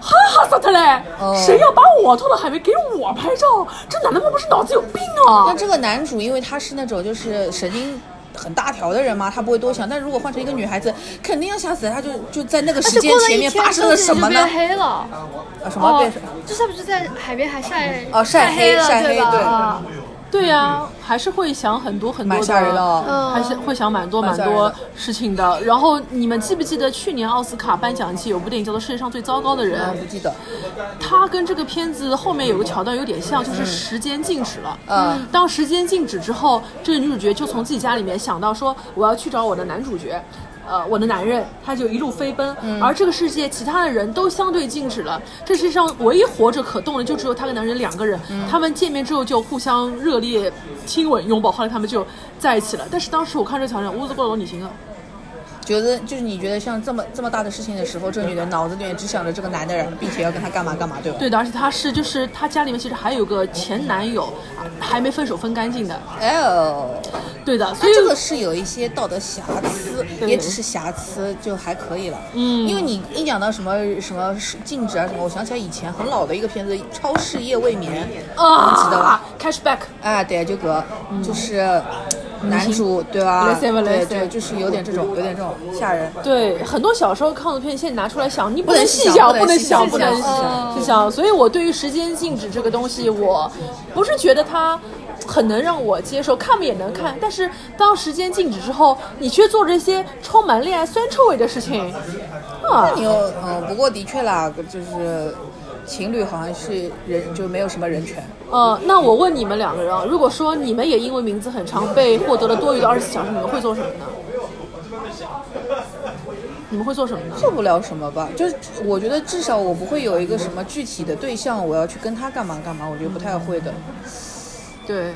[SPEAKER 2] 哈哈死他嘞！
[SPEAKER 1] 哦
[SPEAKER 2] 谁要把我拖到海边给我拍照？这男的莫不是脑子有病啊
[SPEAKER 1] 那？这个男主因为他是那种就是神经。很大条的人嘛，他不会多想。但如果换成一个女孩子，肯定要想死。他就就在那个
[SPEAKER 3] 而
[SPEAKER 1] 时
[SPEAKER 3] 且
[SPEAKER 1] 间
[SPEAKER 3] 过了
[SPEAKER 1] 前
[SPEAKER 3] 一
[SPEAKER 1] 面
[SPEAKER 3] 天
[SPEAKER 1] 发生了什么呢
[SPEAKER 3] 就？变黑了，
[SPEAKER 1] 啊什么
[SPEAKER 3] 哦
[SPEAKER 1] 变？，
[SPEAKER 3] 就是他不是在海边还晒
[SPEAKER 1] 哦晒黑
[SPEAKER 3] 黑了
[SPEAKER 1] 晒黑
[SPEAKER 3] 吧？
[SPEAKER 1] 对
[SPEAKER 3] 啊
[SPEAKER 2] 对呀、还是会想很多很多
[SPEAKER 1] 蛮吓人的哦
[SPEAKER 3] 嗯
[SPEAKER 2] 还是会想蛮多
[SPEAKER 1] 蛮
[SPEAKER 2] 蛮
[SPEAKER 1] 吓人的
[SPEAKER 2] 多事情的。然后你们记不记得去年奥斯卡颁奖季有部电影叫做《世界上最糟糕的人》？
[SPEAKER 1] 啊，不记得。
[SPEAKER 2] 它跟这个片子后面有个桥段有点像，就是时间静止了。
[SPEAKER 1] 嗯，
[SPEAKER 2] 当时间静止之后，这个女主角就从自己家里面想到说，我要去找我的男主角。呃，我的男人，他就一路飞奔，
[SPEAKER 1] 嗯
[SPEAKER 2] 而这个世界其他的人都相对静止了。这世界上唯一活着可动的，就只有她跟男人两个人。
[SPEAKER 1] 嗯
[SPEAKER 2] 他们见面之后就互相热烈亲吻、拥抱，后来他们就在一起了。但是当时我看这桥段，屋子过楼你行啊，
[SPEAKER 1] 觉得就是你觉得像这么这么大的事情的时候，这女的脑子里面只想着这个男的人，并且要跟他干嘛干嘛，对吧？
[SPEAKER 2] 对的，而且她是就是她家里面其实还有个前男友，啊还没分手分干净的。
[SPEAKER 1] 哦，
[SPEAKER 2] 对的，所
[SPEAKER 1] 他
[SPEAKER 2] 以
[SPEAKER 1] 这个是有一些道德瑕疵，
[SPEAKER 2] 对
[SPEAKER 1] 也只是瑕疵，就还可以了。
[SPEAKER 2] 嗯
[SPEAKER 1] 因为你一讲到什么什么禁止啊什么，我想起来以前很老的一个片子《超市夜未眠》
[SPEAKER 2] 啊，
[SPEAKER 1] 你记得吧
[SPEAKER 2] ？Cashback，
[SPEAKER 1] 啊，对，这个
[SPEAKER 2] 嗯
[SPEAKER 1] 就是男主对吧？
[SPEAKER 2] 来塞吧
[SPEAKER 1] 对
[SPEAKER 2] 来塞
[SPEAKER 1] 对，就是有点这种，有点这种吓人。
[SPEAKER 2] 对，很多小时候看的片，现在拿出来想，你
[SPEAKER 1] 不能
[SPEAKER 2] 细
[SPEAKER 1] 想
[SPEAKER 2] 想，
[SPEAKER 1] 不能
[SPEAKER 2] 能
[SPEAKER 1] 细
[SPEAKER 2] 想，
[SPEAKER 1] 想
[SPEAKER 2] 不能
[SPEAKER 1] 不能细
[SPEAKER 3] 想
[SPEAKER 2] 细想。所以我对于时间静止这个东西，我不是觉得它很能让我接受，看不也能看，但是当时间静止之后，你却做这些充满恋爱酸臭味的事情，啊
[SPEAKER 1] 那你，有嗯，不过的确啦，就是情侣好像是人就没有什么人权。
[SPEAKER 2] 呃，那我问你们两个人啊，如果说你们也因为名字很长被获得了多余的二十四小时，你们会做什么呢？你们会做什么呢？
[SPEAKER 1] 做不了什么吧，就是我觉得至少我不会有一个什么具体的对象，我要去跟他干嘛干嘛，我觉得不太会的。
[SPEAKER 2] 对，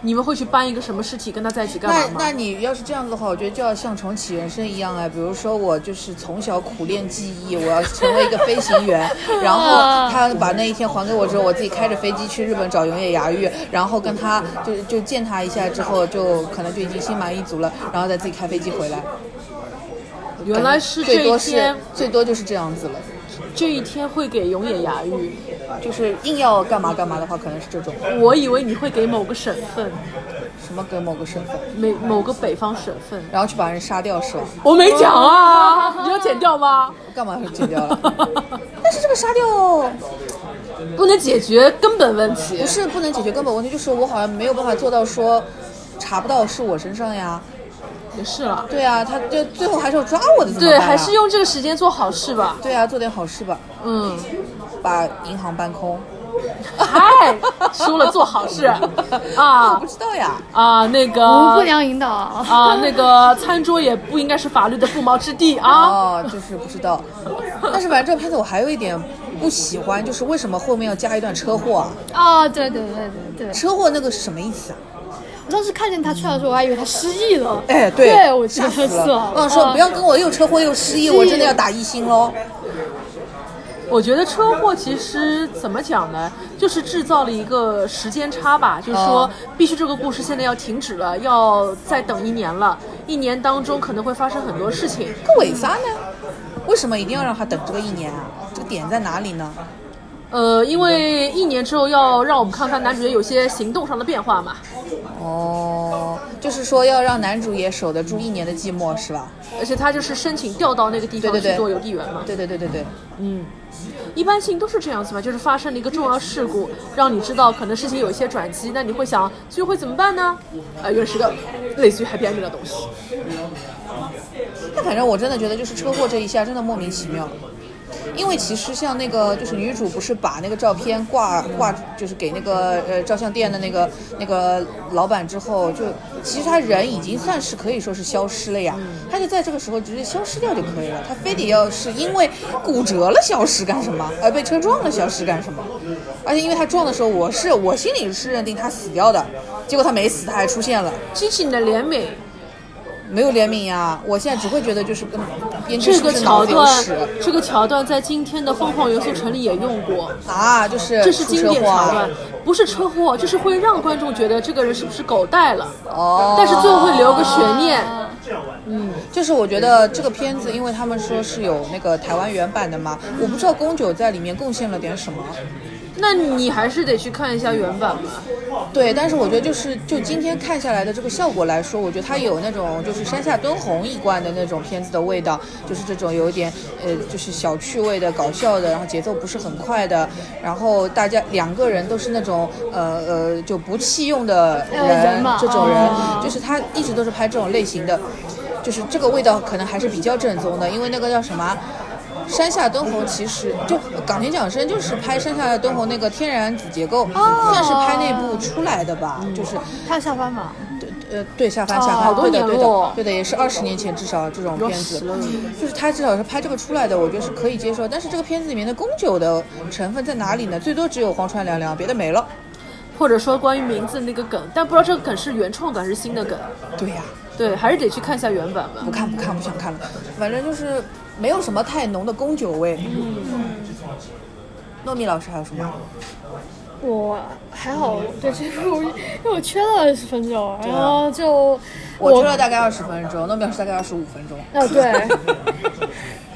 [SPEAKER 2] 你们会去搬一个什么尸体跟他在一起干
[SPEAKER 1] 那
[SPEAKER 2] 嘛吗？
[SPEAKER 1] 那你要是这样子的话，我觉得就要像重启人生一样哎，比如说我就是从小苦练技艺，我要成为一个飞行员，然
[SPEAKER 2] 嗯
[SPEAKER 1] 后他把那一天还给我之后，我自己开着飞机去日本找永野芽郁，然后跟他就就见他一下之后，就可能就已经心满意足了，然后再自己开飞机回来。我
[SPEAKER 2] 原来是这
[SPEAKER 1] 最
[SPEAKER 2] 一
[SPEAKER 1] 多是
[SPEAKER 2] 天，
[SPEAKER 1] 最多就是这样子了。
[SPEAKER 2] 这一天会给永野芽郁。
[SPEAKER 1] 就是硬要干嘛干嘛的话，可能是这种
[SPEAKER 2] 我以为你会给某个省份，
[SPEAKER 1] 什么给某个身份，
[SPEAKER 2] 每某个北方省份。
[SPEAKER 1] 然后去把人杀掉是吧？
[SPEAKER 2] 我没讲啊， 你要剪掉吗？
[SPEAKER 1] 干嘛要剪掉了？ 但是这个杀掉
[SPEAKER 2] 不能解决根本问题
[SPEAKER 1] 不。是不能解决根本问题，就是我好像没有办法做到说查不到是我身上呀。
[SPEAKER 2] 也是了，
[SPEAKER 1] 对啊，他就最后还是要抓我的，怎么办
[SPEAKER 2] 对，
[SPEAKER 1] 啊
[SPEAKER 2] 还是用这个时间做好事吧。
[SPEAKER 1] 对啊，做点好事吧，
[SPEAKER 2] 嗯，
[SPEAKER 1] 把银行搬空。
[SPEAKER 2] 嗨，输了做好事
[SPEAKER 1] 我
[SPEAKER 2] 啊
[SPEAKER 1] 不知道呀，
[SPEAKER 2] 啊，那个
[SPEAKER 1] 哦
[SPEAKER 3] 无不良引导啊。
[SPEAKER 2] 啊，那个餐桌也不应该是法律的不毛之地啊。
[SPEAKER 1] 哦，就是不知道。但是反正这个片子我还有一点不喜欢，就是为什么后面要加一段车祸啊？
[SPEAKER 3] 哦，对对对对对，
[SPEAKER 1] 车祸那个是什么意思啊？
[SPEAKER 3] 我当时看见他出来的时候，我还以为他失忆了。
[SPEAKER 1] 哎，
[SPEAKER 3] 对，我觉
[SPEAKER 1] 吓
[SPEAKER 3] 得
[SPEAKER 1] 死
[SPEAKER 3] 是
[SPEAKER 1] 了。
[SPEAKER 3] 哦。
[SPEAKER 1] 我想说，
[SPEAKER 3] 嗯
[SPEAKER 1] 不要跟我又车祸又失忆，我真的要打一星喽。
[SPEAKER 2] 我觉得车祸其实怎么讲呢，就是制造了一个时间差吧，就是说
[SPEAKER 1] 哦
[SPEAKER 2] 必须这个故事现在要停止了，要再等一年了。一年当中可能会发生很多事情，
[SPEAKER 1] 这为啥呢？为什么一定要让他等这个一年啊？这个点在哪里呢？
[SPEAKER 2] 呃，因为一年之后要让我们看看男主角有些行动上的变化嘛。
[SPEAKER 1] 哦，就是说要让男主也守得住一年的寂寞，是吧？
[SPEAKER 2] 而且他就是申请调到那个地方
[SPEAKER 1] 对对
[SPEAKER 2] 去
[SPEAKER 1] 对
[SPEAKER 2] 做邮递员嘛。
[SPEAKER 1] 对对对对对，
[SPEAKER 2] 嗯，一般性都是这样子嘛，就是发生了一个重要事故，让你知道可能事情有一些转机，那你会想最后会怎么办呢？呃，原来是个类似于 happy ending 的东西。
[SPEAKER 1] 但反正我真的觉得，就是车祸这一下真的莫名其妙。因为其实像那个，就是女主不是把那个照片挂挂，就是给那个呃照相店的那个那个老板之后，就其实她人已经算是可以说是消失了呀，她就在这个时候直接消失掉就可以了，她非得要是因为骨折了消失干什么？呃，被车撞了消失干什么？而且因为她撞的时候，我是我心里是认定她死掉的，结果她没死，她还出现了，
[SPEAKER 2] 激起你的怜悯，
[SPEAKER 1] 没有怜悯呀！我现在只会觉得就是跟编剧
[SPEAKER 2] 这
[SPEAKER 1] 是不
[SPEAKER 2] 个
[SPEAKER 1] 是脑
[SPEAKER 2] 桥
[SPEAKER 1] 子有
[SPEAKER 2] 段
[SPEAKER 1] 屎，
[SPEAKER 2] 这个桥段在今天的疯狂元素城里也用过。
[SPEAKER 1] 啊，就是
[SPEAKER 2] 这是
[SPEAKER 1] 出
[SPEAKER 2] 经
[SPEAKER 1] 车
[SPEAKER 2] 典
[SPEAKER 1] 祸
[SPEAKER 2] 桥
[SPEAKER 1] 啊
[SPEAKER 2] 段，不是车祸，就是会让观众觉得这个人是不是狗带了，
[SPEAKER 1] 哦，
[SPEAKER 2] 但是最后会留个悬念。
[SPEAKER 1] 就是我觉得这个片子，因为他们说是有那个台湾原版的嘛，我不知道宫九在里面贡献了点什么。
[SPEAKER 2] 那你还是得去看一下原版吧。
[SPEAKER 1] 对，但是我觉得就是就今天看下来的这个效果来说，我觉得它有那种就是山下敦弘一贯的那种片子的味道，就是这种有一点呃就是小趣味的、搞笑的，然后节奏不是很快的，然后大家两个人都是那种呃呃就不弃用的
[SPEAKER 3] 呃
[SPEAKER 1] 人，
[SPEAKER 3] 人嘛
[SPEAKER 1] 这种人、
[SPEAKER 3] 哦
[SPEAKER 1] 就是他一直都是拍这种类型的，就是这个味道可能还是比较正宗的，因为那个叫什么？山下敦弘其实就冈田将生就是拍山下敦弘那个天然子结构，
[SPEAKER 2] 哦
[SPEAKER 1] 算是拍那部出来的吧，就是
[SPEAKER 3] 他要下班嘛？
[SPEAKER 1] 对呃对下翻下翻，
[SPEAKER 2] 好多
[SPEAKER 1] 对的
[SPEAKER 2] 年
[SPEAKER 1] 对
[SPEAKER 2] 了哦
[SPEAKER 1] 的对的，也是二十年前至少这种片
[SPEAKER 2] 死
[SPEAKER 1] 子
[SPEAKER 2] 了，
[SPEAKER 1] 就是他至少是拍这个出来的，我觉得是可以接受。但是这个片子里面的宫九的成分在哪里呢？最多只有荒川凉凉，别的没了。
[SPEAKER 2] 或者说关于名字那个梗，但不知道这个梗是原创梗还是新的梗。
[SPEAKER 1] 对呀、
[SPEAKER 2] 对，还是得去看一下原版吧
[SPEAKER 1] 不。看不看不想看了，反正就是没有什么太浓的宫酒味。糯米老师还有什么？
[SPEAKER 3] 我还好，对这部，因为我缺了二十分钟，然后就
[SPEAKER 1] 啊我吃了大概二十分钟，糯米老师大概二十五分钟。
[SPEAKER 3] 呃对，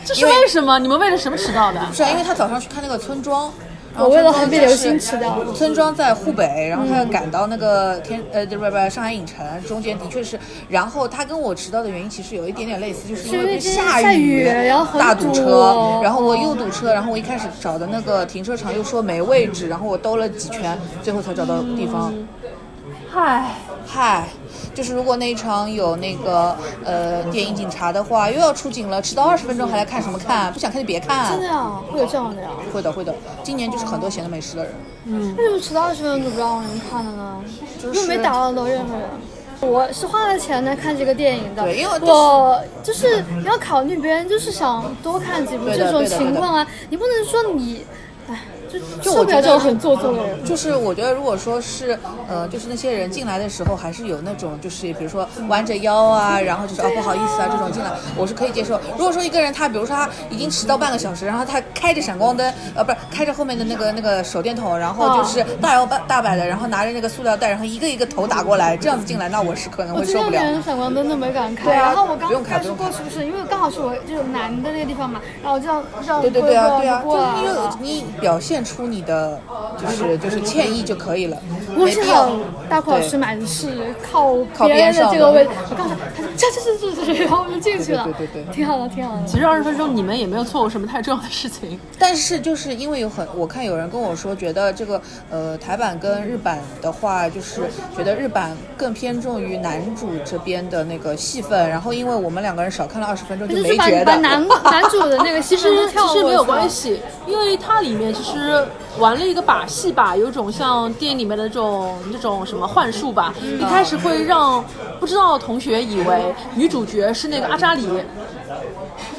[SPEAKER 2] 这是为什么？你们为了什么迟到的？
[SPEAKER 1] 不是啊，因为他早上去看那个村庄。然
[SPEAKER 3] 我
[SPEAKER 1] 后
[SPEAKER 3] 为
[SPEAKER 1] 村
[SPEAKER 3] 了
[SPEAKER 1] 庄
[SPEAKER 3] 横滨
[SPEAKER 1] 在
[SPEAKER 3] 流
[SPEAKER 1] 是
[SPEAKER 3] 星迟到。
[SPEAKER 1] 村庄在湖北，然后
[SPEAKER 3] 嗯
[SPEAKER 1] 他要赶到那个天、呃，对不是不是上海影城，中间的确是，然后他跟我迟到的原因其实有一点点类似，就是因为
[SPEAKER 3] 是因为
[SPEAKER 1] 下
[SPEAKER 3] 下雨然后很
[SPEAKER 1] 大堵
[SPEAKER 3] 堵
[SPEAKER 1] 车
[SPEAKER 3] 哦，
[SPEAKER 1] 然后我又堵车，然后我一开始找的那个停车场又说没位置，然后我兜了几圈，最后才找到地方。
[SPEAKER 3] 嗯
[SPEAKER 2] 嗨，
[SPEAKER 1] 嗨，就是如果那一场有那个呃电影警察的话，又要出警了，迟到二十分钟还来看什么看？不想看就别看
[SPEAKER 3] 真。的呀，会有这样的呀？
[SPEAKER 1] 会的会的，今年就是很多闲的没事的人。
[SPEAKER 3] 为什么迟到二十分钟就不让人看了呢？
[SPEAKER 1] 就是
[SPEAKER 3] 又没打扰到任何人。我是花了钱来看这个电影的，
[SPEAKER 1] 对因为
[SPEAKER 3] 我就是你要考虑别人，就是想多看几部
[SPEAKER 1] 对的
[SPEAKER 3] 这种
[SPEAKER 1] 对的
[SPEAKER 3] 情况啊，你不能说你，哎，就
[SPEAKER 1] 就
[SPEAKER 3] 受
[SPEAKER 1] 我
[SPEAKER 3] 不
[SPEAKER 1] 觉
[SPEAKER 3] 了
[SPEAKER 1] 得
[SPEAKER 3] 这种很做作的人。
[SPEAKER 1] 就是我觉得，如果说是呃，就是那些人进来的时候，还是有那种就是比如说弯着腰啊，然后就是哦不好意思啊这种进来，我是可以接受。如果说一个人他比如说他已经迟到半个小时，然后他开着闪光灯，呃不是开着后面的那个那个手电筒，然后
[SPEAKER 3] 哦
[SPEAKER 1] 就是大摇大摆的，然后拿着那个塑料袋，然后一个一个头打过来，这样子进来，那我是可能
[SPEAKER 3] 我
[SPEAKER 1] 会
[SPEAKER 3] 之
[SPEAKER 1] 受
[SPEAKER 3] 前
[SPEAKER 1] 不了。
[SPEAKER 3] 连闪光灯都没敢开，
[SPEAKER 1] 对啊
[SPEAKER 3] 然后我刚
[SPEAKER 1] 不用开
[SPEAKER 3] 开始过去不是，因为刚好是我就是男的那个地方嘛，然后我这样这样
[SPEAKER 1] 对对对啊，对啊，
[SPEAKER 3] 过
[SPEAKER 1] 就
[SPEAKER 3] 过
[SPEAKER 1] 是
[SPEAKER 3] 过
[SPEAKER 1] 因为
[SPEAKER 3] 了
[SPEAKER 1] 你表现出你的就是就是歉意就可以了，
[SPEAKER 3] 我
[SPEAKER 1] 没
[SPEAKER 3] 是
[SPEAKER 1] 必
[SPEAKER 3] 好
[SPEAKER 1] 要。
[SPEAKER 3] 大苦老师买的是靠
[SPEAKER 1] 靠
[SPEAKER 3] 别
[SPEAKER 1] 边
[SPEAKER 3] 人的
[SPEAKER 1] 上
[SPEAKER 3] 这
[SPEAKER 1] 的
[SPEAKER 3] 个位置，我告诉他，他说这这这这这，然后我就进去了，
[SPEAKER 1] 对对对对对
[SPEAKER 3] 挺好的，挺好的。
[SPEAKER 2] 其实二十分钟你们也没有错过什么太重要的事情。
[SPEAKER 1] 但是就是因为有很，我看有人跟我说，觉得这个呃台版跟日版的话，就是觉得日版更偏重于男主这边的那个戏份，然后因为我们两个人少看了二十分钟就
[SPEAKER 3] 就
[SPEAKER 1] 没
[SPEAKER 3] 是把
[SPEAKER 1] 觉
[SPEAKER 3] 把
[SPEAKER 1] 得。
[SPEAKER 3] 男男主的那个
[SPEAKER 2] 哎其
[SPEAKER 3] 戏份
[SPEAKER 2] 实
[SPEAKER 3] 都
[SPEAKER 2] 其
[SPEAKER 3] 跳过
[SPEAKER 2] 实
[SPEAKER 3] 去
[SPEAKER 2] 没有关
[SPEAKER 3] 了。
[SPEAKER 2] 系，因为它里面其实玩了一个把戏吧，有种像电影里面的这种这种什么幻术吧。
[SPEAKER 1] 嗯
[SPEAKER 2] 一开始会让不知道的同学以为女主角是那个阿扎里，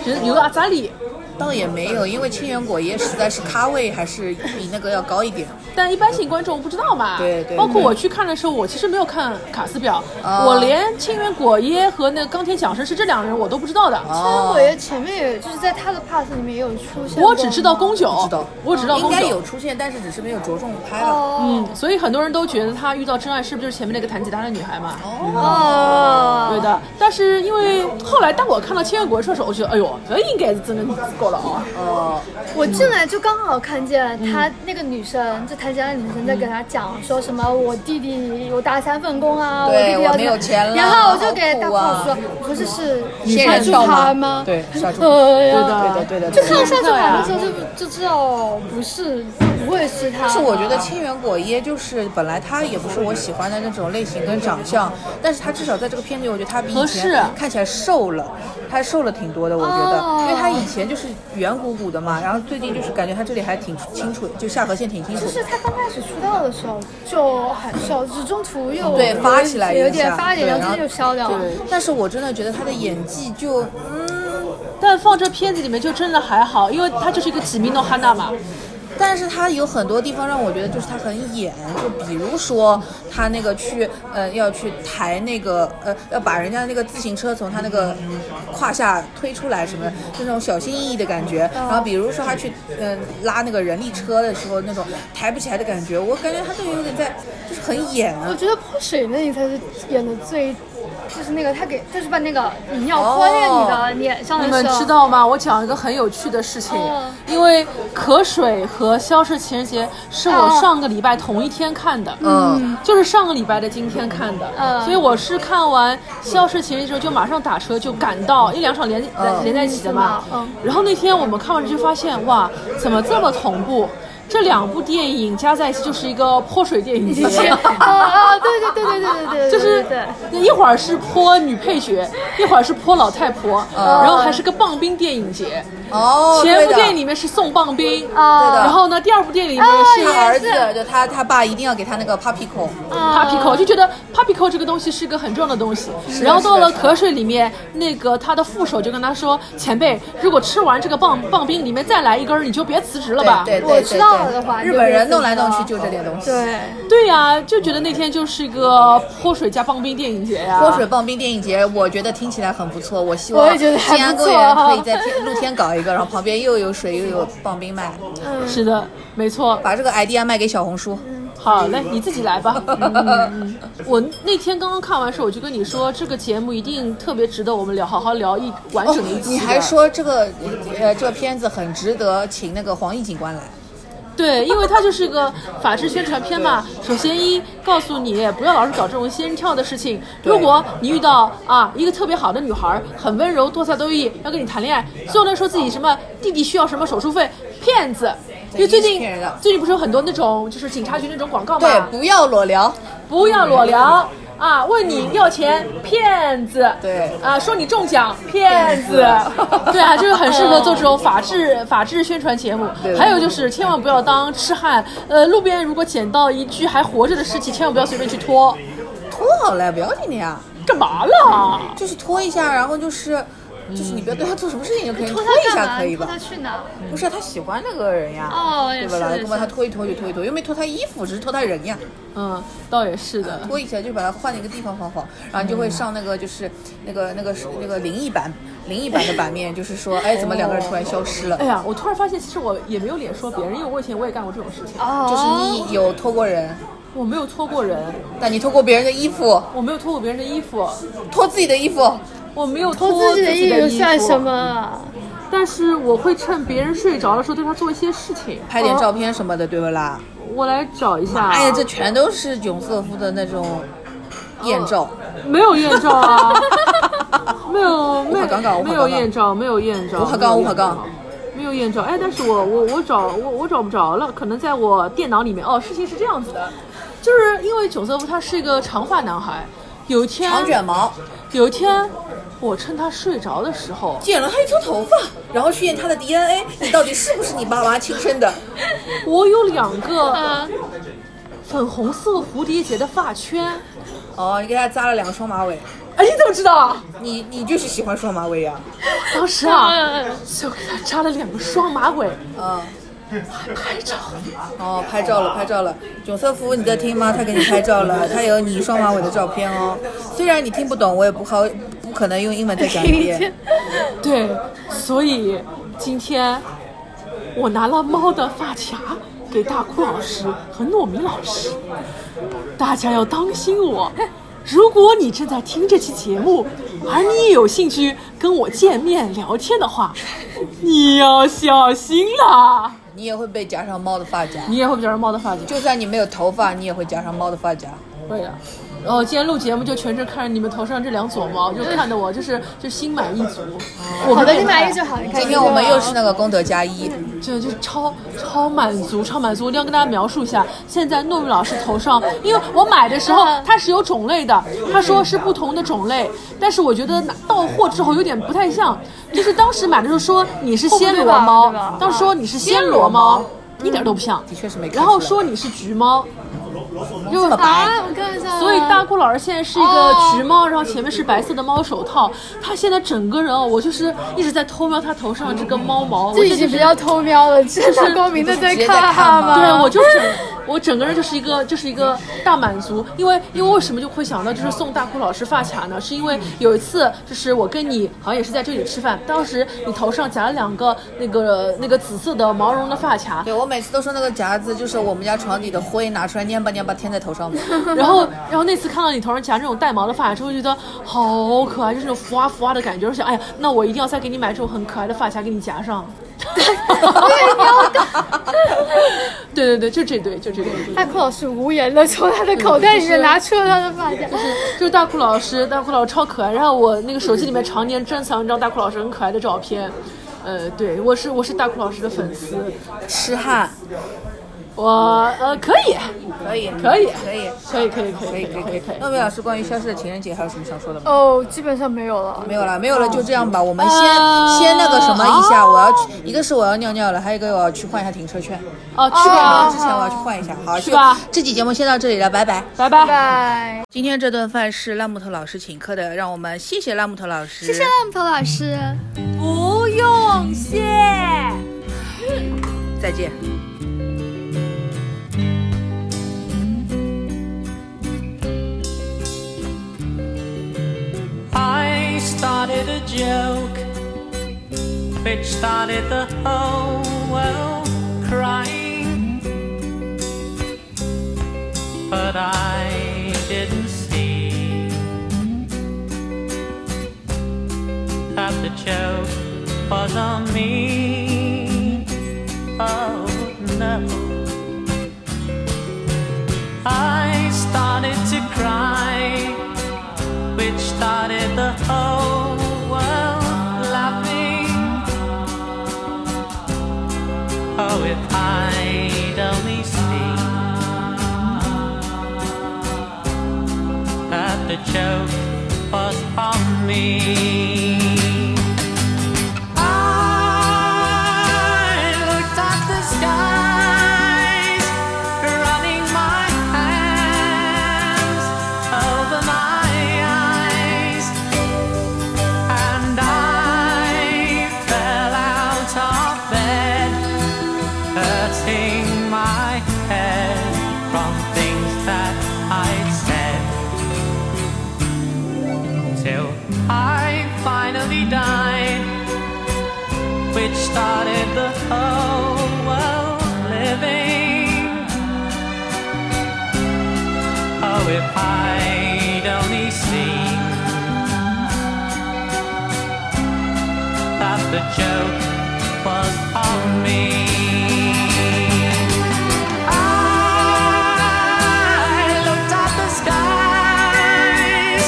[SPEAKER 2] 觉得有个阿扎里，
[SPEAKER 1] 倒也没有，因为清源果耶实在是咖位还是比那个要高一点。
[SPEAKER 2] 但一般性观众不知道嘛。
[SPEAKER 1] 对对
[SPEAKER 2] 包括我去看的时候，我其实没有看卡斯表，
[SPEAKER 1] 哦
[SPEAKER 2] 我连清源果耶和那个钢铁响声是这两人我都不知道的。
[SPEAKER 1] 哦
[SPEAKER 3] 其实我也前面也就是在他的 part 里面也有出现过，
[SPEAKER 2] 我只知道宫
[SPEAKER 1] 不
[SPEAKER 2] 九
[SPEAKER 1] 知道，
[SPEAKER 2] 我只知道
[SPEAKER 1] 应
[SPEAKER 2] 宫
[SPEAKER 1] 该
[SPEAKER 2] 九
[SPEAKER 1] 有，出现，但是只是没有着重拍了。
[SPEAKER 3] 哦
[SPEAKER 2] 嗯，所以很多人都觉得他遇到真爱是不是就是前面那个弹吉他的女孩嘛？
[SPEAKER 3] 哦，
[SPEAKER 2] 对的，但是因为后来当我看到《千与国的时候，我觉得哎呦，这应该是真的女子够了啊！
[SPEAKER 1] 哦、
[SPEAKER 3] 我进来就刚好看见
[SPEAKER 1] 嗯
[SPEAKER 3] 他那个女生，就谭家的女生在跟他讲说什么我弟弟我打三份工啊，
[SPEAKER 1] 对
[SPEAKER 3] 弟弟要
[SPEAKER 1] 我没有钱了
[SPEAKER 3] 然后我就给
[SPEAKER 1] 好
[SPEAKER 3] 大
[SPEAKER 1] 苦
[SPEAKER 3] 炮
[SPEAKER 1] 啊
[SPEAKER 3] 说，我说这是
[SPEAKER 1] 仙
[SPEAKER 3] 杀
[SPEAKER 1] 人
[SPEAKER 3] 猪
[SPEAKER 1] 跳
[SPEAKER 3] 盘
[SPEAKER 1] 吗？
[SPEAKER 3] 吗？
[SPEAKER 1] 对，杀猪。
[SPEAKER 3] 哎呀，
[SPEAKER 2] 对的
[SPEAKER 1] 对的，对的。
[SPEAKER 3] 就
[SPEAKER 1] 对的
[SPEAKER 3] 看杀猪盘的时候就就知道不是不会是他，
[SPEAKER 1] 但是我觉得清源果耶就是本来他也不是我喜欢的那种类型跟长相，但是他至少在这个片子里，我觉得他比以
[SPEAKER 2] 合适
[SPEAKER 1] 前看起来瘦了，他瘦了挺多的，我觉得，
[SPEAKER 3] 哦
[SPEAKER 1] 因为他以前就是圆鼓鼓的嘛，然后最近就是感觉他这里还挺清楚，就下颌线挺清楚
[SPEAKER 3] 就
[SPEAKER 1] 的
[SPEAKER 3] 是。他刚开始出道的时候就很瘦，只是中途又
[SPEAKER 1] 对，发起来
[SPEAKER 3] 有
[SPEAKER 1] 一下
[SPEAKER 3] 点发点，
[SPEAKER 1] 对
[SPEAKER 3] 然
[SPEAKER 1] 然
[SPEAKER 3] 后
[SPEAKER 1] 后
[SPEAKER 3] 这就消掉了。
[SPEAKER 2] 对
[SPEAKER 1] 但是我真的觉得他的演技就，嗯，
[SPEAKER 2] 但放这片子里面就真的还好，因为它就是一个吉米诺哈娜嘛。
[SPEAKER 1] 但是他有很多地方让我觉得就是他很演，就比如说他那个去呃要去抬那个呃要把人家那个自行车从他那个胯下推出来什么的，就那种小心翼翼的感觉。然后比如说他去嗯、拉那个人力车的时候那种抬不起来的感觉，我感觉他都有点在就是很演
[SPEAKER 3] 我
[SPEAKER 1] 啊。
[SPEAKER 3] 觉得泼水那里才是演的最，就是那个他给，就是把那个饮料泼在你
[SPEAKER 1] 哦
[SPEAKER 3] 的脸上的
[SPEAKER 2] 你
[SPEAKER 3] 时候，
[SPEAKER 2] 们知道吗？我讲一个很有趣的事情
[SPEAKER 3] 嗯，
[SPEAKER 2] 因为《可水》和《消失的情人节》是我
[SPEAKER 3] 嗯
[SPEAKER 2] 上个礼拜同一天看的，
[SPEAKER 1] 嗯，
[SPEAKER 2] 就是上个礼拜的今天看的，
[SPEAKER 3] 嗯
[SPEAKER 2] 所以我是看完《消失的情人节》之后就马上打车就赶到，因为两场连、
[SPEAKER 1] 嗯
[SPEAKER 2] 连在一起的嘛
[SPEAKER 3] 嗯，是吗嗯
[SPEAKER 2] 然后那天我们看完之后就发现，哇，怎么这么同步？这两部电影加在一起就是一个泼水电影节
[SPEAKER 3] 以。前啊啊，对对对对对对对，
[SPEAKER 2] 就是
[SPEAKER 3] 对，
[SPEAKER 2] 一会儿是泼女配角，一会儿是泼老太婆，然后还是个棒冰电影节。
[SPEAKER 1] 嗯哦，
[SPEAKER 2] 前
[SPEAKER 1] 对
[SPEAKER 2] 部
[SPEAKER 1] 的，哦
[SPEAKER 2] 电影里面是送棒冰，
[SPEAKER 3] 啊
[SPEAKER 1] 对的
[SPEAKER 2] 然后呢，第二部电影里面
[SPEAKER 1] 他
[SPEAKER 2] 是
[SPEAKER 3] 啊
[SPEAKER 1] 儿子就他他爸一定要给他那个 papi 口，嗯
[SPEAKER 2] Papico，就觉得 Papico 这个东西是个很重要的东西。然后到了可水里面，那个他的副手就跟他说：“前辈，如果吃完这个棒棒冰里面再来一根儿，你就别辞职了吧。”
[SPEAKER 1] 对对
[SPEAKER 3] 我
[SPEAKER 1] 对
[SPEAKER 3] 知道的话
[SPEAKER 1] 对，日本人弄来弄去就这点东西。
[SPEAKER 3] 对，
[SPEAKER 2] 对呀、就觉得那天就是一个泼水加棒冰电影节呀、
[SPEAKER 1] 泼水棒冰电影节，我觉得听起来很不错。我希
[SPEAKER 3] 我
[SPEAKER 1] 望
[SPEAKER 3] 也觉得还
[SPEAKER 1] 静安
[SPEAKER 3] 不
[SPEAKER 1] 公
[SPEAKER 3] 错
[SPEAKER 1] 园
[SPEAKER 3] 啊
[SPEAKER 1] 可以在天露天搞一个，然后旁边又有水又有棒冰卖，
[SPEAKER 2] 是的，没错。
[SPEAKER 1] 把这个 idea 卖给小红书。
[SPEAKER 2] 好嘞，你自己 来吧。
[SPEAKER 1] 嗯
[SPEAKER 2] 我那天刚刚看完的时候，我就跟你说，这个节目一定特别值得我们聊，好好聊一完整的一期的、
[SPEAKER 1] 哦你
[SPEAKER 2] 啊
[SPEAKER 1] 还说这个呃这个片子很值得请那个黄奕警官来，
[SPEAKER 2] 对，因为它就是个法制宣传 片嘛。首先一告诉你，不要老是搞这种仙人跳的事情。如果你遇到啊一个特别好的女孩，很温柔，多才多艺，要跟你谈恋爱，最后呢说自己什么弟弟需要什么手术费，骗子。因为最
[SPEAKER 1] 一定是
[SPEAKER 2] 近
[SPEAKER 1] 骗人的
[SPEAKER 2] 最近不是有很多那种就是警察局那种广告嘛，
[SPEAKER 1] 对，不要裸聊，
[SPEAKER 2] 不要裸聊啊！问你要钱，骗子。
[SPEAKER 1] 对
[SPEAKER 2] 啊，说你中奖，骗子
[SPEAKER 1] 骗子。嗯
[SPEAKER 2] 对啊，就是很适合做这种 法制法制宣传节目
[SPEAKER 1] 对。
[SPEAKER 2] 还有就是，千万不要当痴汉。呃，路边如果捡到一具还活着的尸体，千万不要随便去拖。
[SPEAKER 1] 脱好了，不要紧的呀，啊
[SPEAKER 2] 干嘛啦？
[SPEAKER 1] 就是脱一下，然后就是
[SPEAKER 2] 嗯
[SPEAKER 1] 就是你不要对他做什么事情就可以，你
[SPEAKER 3] 拖
[SPEAKER 1] 拖
[SPEAKER 3] 他
[SPEAKER 1] 一
[SPEAKER 3] 干嘛？
[SPEAKER 1] 下可以
[SPEAKER 3] 你拖
[SPEAKER 1] 吧
[SPEAKER 3] 他？去哪？
[SPEAKER 1] 不是啊，他喜欢那个人呀，
[SPEAKER 3] 哦也
[SPEAKER 1] 对
[SPEAKER 3] 是
[SPEAKER 1] 吧？老
[SPEAKER 3] 也
[SPEAKER 1] 公把
[SPEAKER 3] 是
[SPEAKER 1] 他拖一拖就拖一拖，又没拖他衣服，只是拖他人呀。
[SPEAKER 2] 嗯，倒也是的。
[SPEAKER 1] 拖一下就把它换一个地方放好，然后你就会上那个就是那个那个那个灵异版灵异版的版面，就是说哎怎么两个人突然消失了
[SPEAKER 2] 哎，呀，我突然发现，其实我也没有脸说别人，因为我以前我也干过这种事情，
[SPEAKER 3] 哦
[SPEAKER 1] 就是你有拖过人，
[SPEAKER 2] 我没有拖过人，
[SPEAKER 1] 但你拖过别人的衣服，
[SPEAKER 2] 我没有拖过别人的衣服，
[SPEAKER 1] 拖自己的衣服，
[SPEAKER 2] 我没有拖
[SPEAKER 3] 拖
[SPEAKER 2] 己
[SPEAKER 3] 自己的衣服
[SPEAKER 2] 服
[SPEAKER 3] 算什？么？
[SPEAKER 2] 但是我会趁别人睡着的时候对他做一些事情，
[SPEAKER 1] 拍点
[SPEAKER 2] 哦
[SPEAKER 1] 照片什么的，对不啦？
[SPEAKER 2] 我来找一下。
[SPEAKER 1] 哎呀，这全都是囧瑟夫的那种艳照，
[SPEAKER 2] 没有艳 照啊，没有没
[SPEAKER 1] 无法杠杠
[SPEAKER 2] 有
[SPEAKER 1] 无法杠杠
[SPEAKER 2] 没有艳照，没有艳照，
[SPEAKER 1] 无法杠
[SPEAKER 2] 没有
[SPEAKER 1] 无法杠
[SPEAKER 2] 艳照。没有艳照，哎，但是我我我找我我找不着了，可能在我电脑里面。哦，事情是这样子的，就是因为囧瑟夫他是一个长发男孩，有一天
[SPEAKER 1] 长卷毛，
[SPEAKER 2] 有一天，我趁他睡着的时候，
[SPEAKER 1] 剪了他一撮头发，然后去验他的 DNA，你到底是不是你爸妈亲生的？
[SPEAKER 2] 我有两个
[SPEAKER 3] 啊，
[SPEAKER 2] 粉红色蝴蝶结的发圈。
[SPEAKER 1] 哦，你给他扎了两个双马尾，
[SPEAKER 2] 哎，你怎么知道啊？
[SPEAKER 1] 你你就是喜欢双马尾呀、
[SPEAKER 2] 当时啊，就给他扎了两个双马尾，
[SPEAKER 1] 嗯。
[SPEAKER 2] 还拍照。
[SPEAKER 1] 哦，拍照了，拍照了。囧瑟夫，你在听吗？他给你拍照 了，他有你双马尾的照片哦。虽然你听不懂，我也不好，不可能用英文再讲一 遍。
[SPEAKER 2] 对，所以今天我拿了猫的发卡给大哭老师和糯米老师，大家要当心我。如果你正在听这期节目，而你也有兴趣跟我见面聊天的话，你要小心啦！
[SPEAKER 1] 你也会被夹上猫的发夹，
[SPEAKER 2] 你也会变成猫的发夹。
[SPEAKER 1] 就算你没有头发，你也会夹上猫的发 夹。
[SPEAKER 2] 会的。然后今天录节目就全程看着你们头上这两撮毛，就看得我就是就心满意足。我
[SPEAKER 3] 好
[SPEAKER 2] 们
[SPEAKER 3] 的，你满意就好。你看
[SPEAKER 1] 今天
[SPEAKER 2] 啊
[SPEAKER 1] 我们又是那个功德加一，
[SPEAKER 2] 真的就是超超满足，超满足！我一定要跟大家描述一下，现在糯米老师头上，因为我买的时候它是有种类的，他说是不同的种类，但是我觉得拿到货之后有点不太像，就是当时买的时候说你是暹罗
[SPEAKER 3] 会不会对
[SPEAKER 2] 猫
[SPEAKER 3] 吧，
[SPEAKER 2] 当时说你是暹罗猫，一点都不像，
[SPEAKER 1] 的确是没看出来
[SPEAKER 2] 然后说你是橘猫，
[SPEAKER 1] 这么白，
[SPEAKER 3] 啊，我看一下啊，
[SPEAKER 2] 所以大顾老师现在是一个橘猫，然后前面是白色的猫手套。他现在整个人哦，我就是一直在偷瞄他头上这根猫毛，我
[SPEAKER 3] 这
[SPEAKER 2] 就
[SPEAKER 3] 已经比较偷瞄了，这是光明的在
[SPEAKER 1] 就是直接在看
[SPEAKER 3] 看
[SPEAKER 1] 吗
[SPEAKER 3] 吗？
[SPEAKER 2] 对我就是我整个人就是一个就是一个大满足，因为因为为什么就会想到就是送大哭老师发卡呢？是因为有一次就是我跟你好像也是在这里吃饭，当时你头上夹了两个那个那个紫色的毛绒的发卡，
[SPEAKER 1] 对我每次都说那个夹子就是我们家床底的灰，拿出来蔫吧蔫吧添在头上 的。
[SPEAKER 2] 然后，然后那次看到你头上夹这种带毛的发卡之后，就觉得好可爱，就是那种浮啊浮啊的感觉。我就想，哎呀，那我一定要再给你买这种很可爱的发卡给你夹上。对对对，就这对，就这对，就这对
[SPEAKER 3] 大哭老师无言的从他的
[SPEAKER 1] 嗯
[SPEAKER 3] 口袋里面拿出了他的发夹，
[SPEAKER 2] 就是大哭老师，大哭老师超可爱。然后我那个手机里面常年珍藏一张大哭老师很可爱的照片。呃，对我是我是大哭老师的粉丝，
[SPEAKER 1] 痴汉，
[SPEAKER 2] 我呃可以
[SPEAKER 1] 可以，
[SPEAKER 2] 可以
[SPEAKER 1] 可以，
[SPEAKER 2] 可以可以可以
[SPEAKER 1] 可以，可以，
[SPEAKER 2] 可
[SPEAKER 1] 可
[SPEAKER 2] 以
[SPEAKER 1] 以
[SPEAKER 2] 可以。。
[SPEAKER 1] 糯米老师，关于消失的情人节还有什么想说的吗？
[SPEAKER 3] 哦，基本上没有了。
[SPEAKER 1] 没有了，没有了，就这样吧。我们先
[SPEAKER 2] 呃
[SPEAKER 1] 先那个什么一下，
[SPEAKER 2] 哦
[SPEAKER 1] 我要去，一个是我要尿尿了，还有一个我要去换一下停车券。
[SPEAKER 2] 哦，去
[SPEAKER 1] 尿尿
[SPEAKER 2] 吧
[SPEAKER 1] 之，前我要去换一下。好，
[SPEAKER 2] 是
[SPEAKER 1] 就
[SPEAKER 2] 吧
[SPEAKER 1] 这期节目先到这里了，拜拜。
[SPEAKER 2] 拜拜。
[SPEAKER 3] 拜，
[SPEAKER 1] 今天这顿饭是烂木头老师请客的，让我们谢谢烂木头老师。
[SPEAKER 3] 谢谢烂木头老师。
[SPEAKER 2] 不用谢。
[SPEAKER 1] 再见。
[SPEAKER 4] I started a joke, which started the whole world crying. But I didn't see that the joke was on me. Oh no. I started to cry which started the whole world laughing. Oh, if I'd only seen that the joke was on me. I looked at the skies, running my hands over my eyes, and I enjoyed the whole while living. Oh, if I'd only seen that the joke was on me. I looked at the skies,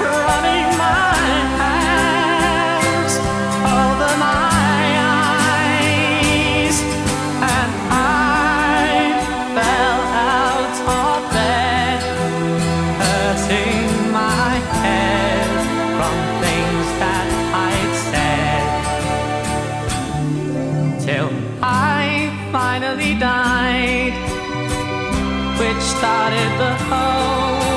[SPEAKER 4] running my hands over my eyes, and I fell out of bed hurting my head from things that I'd said. Till I finally died, which started the whole Oh, oh, Oh, Oh.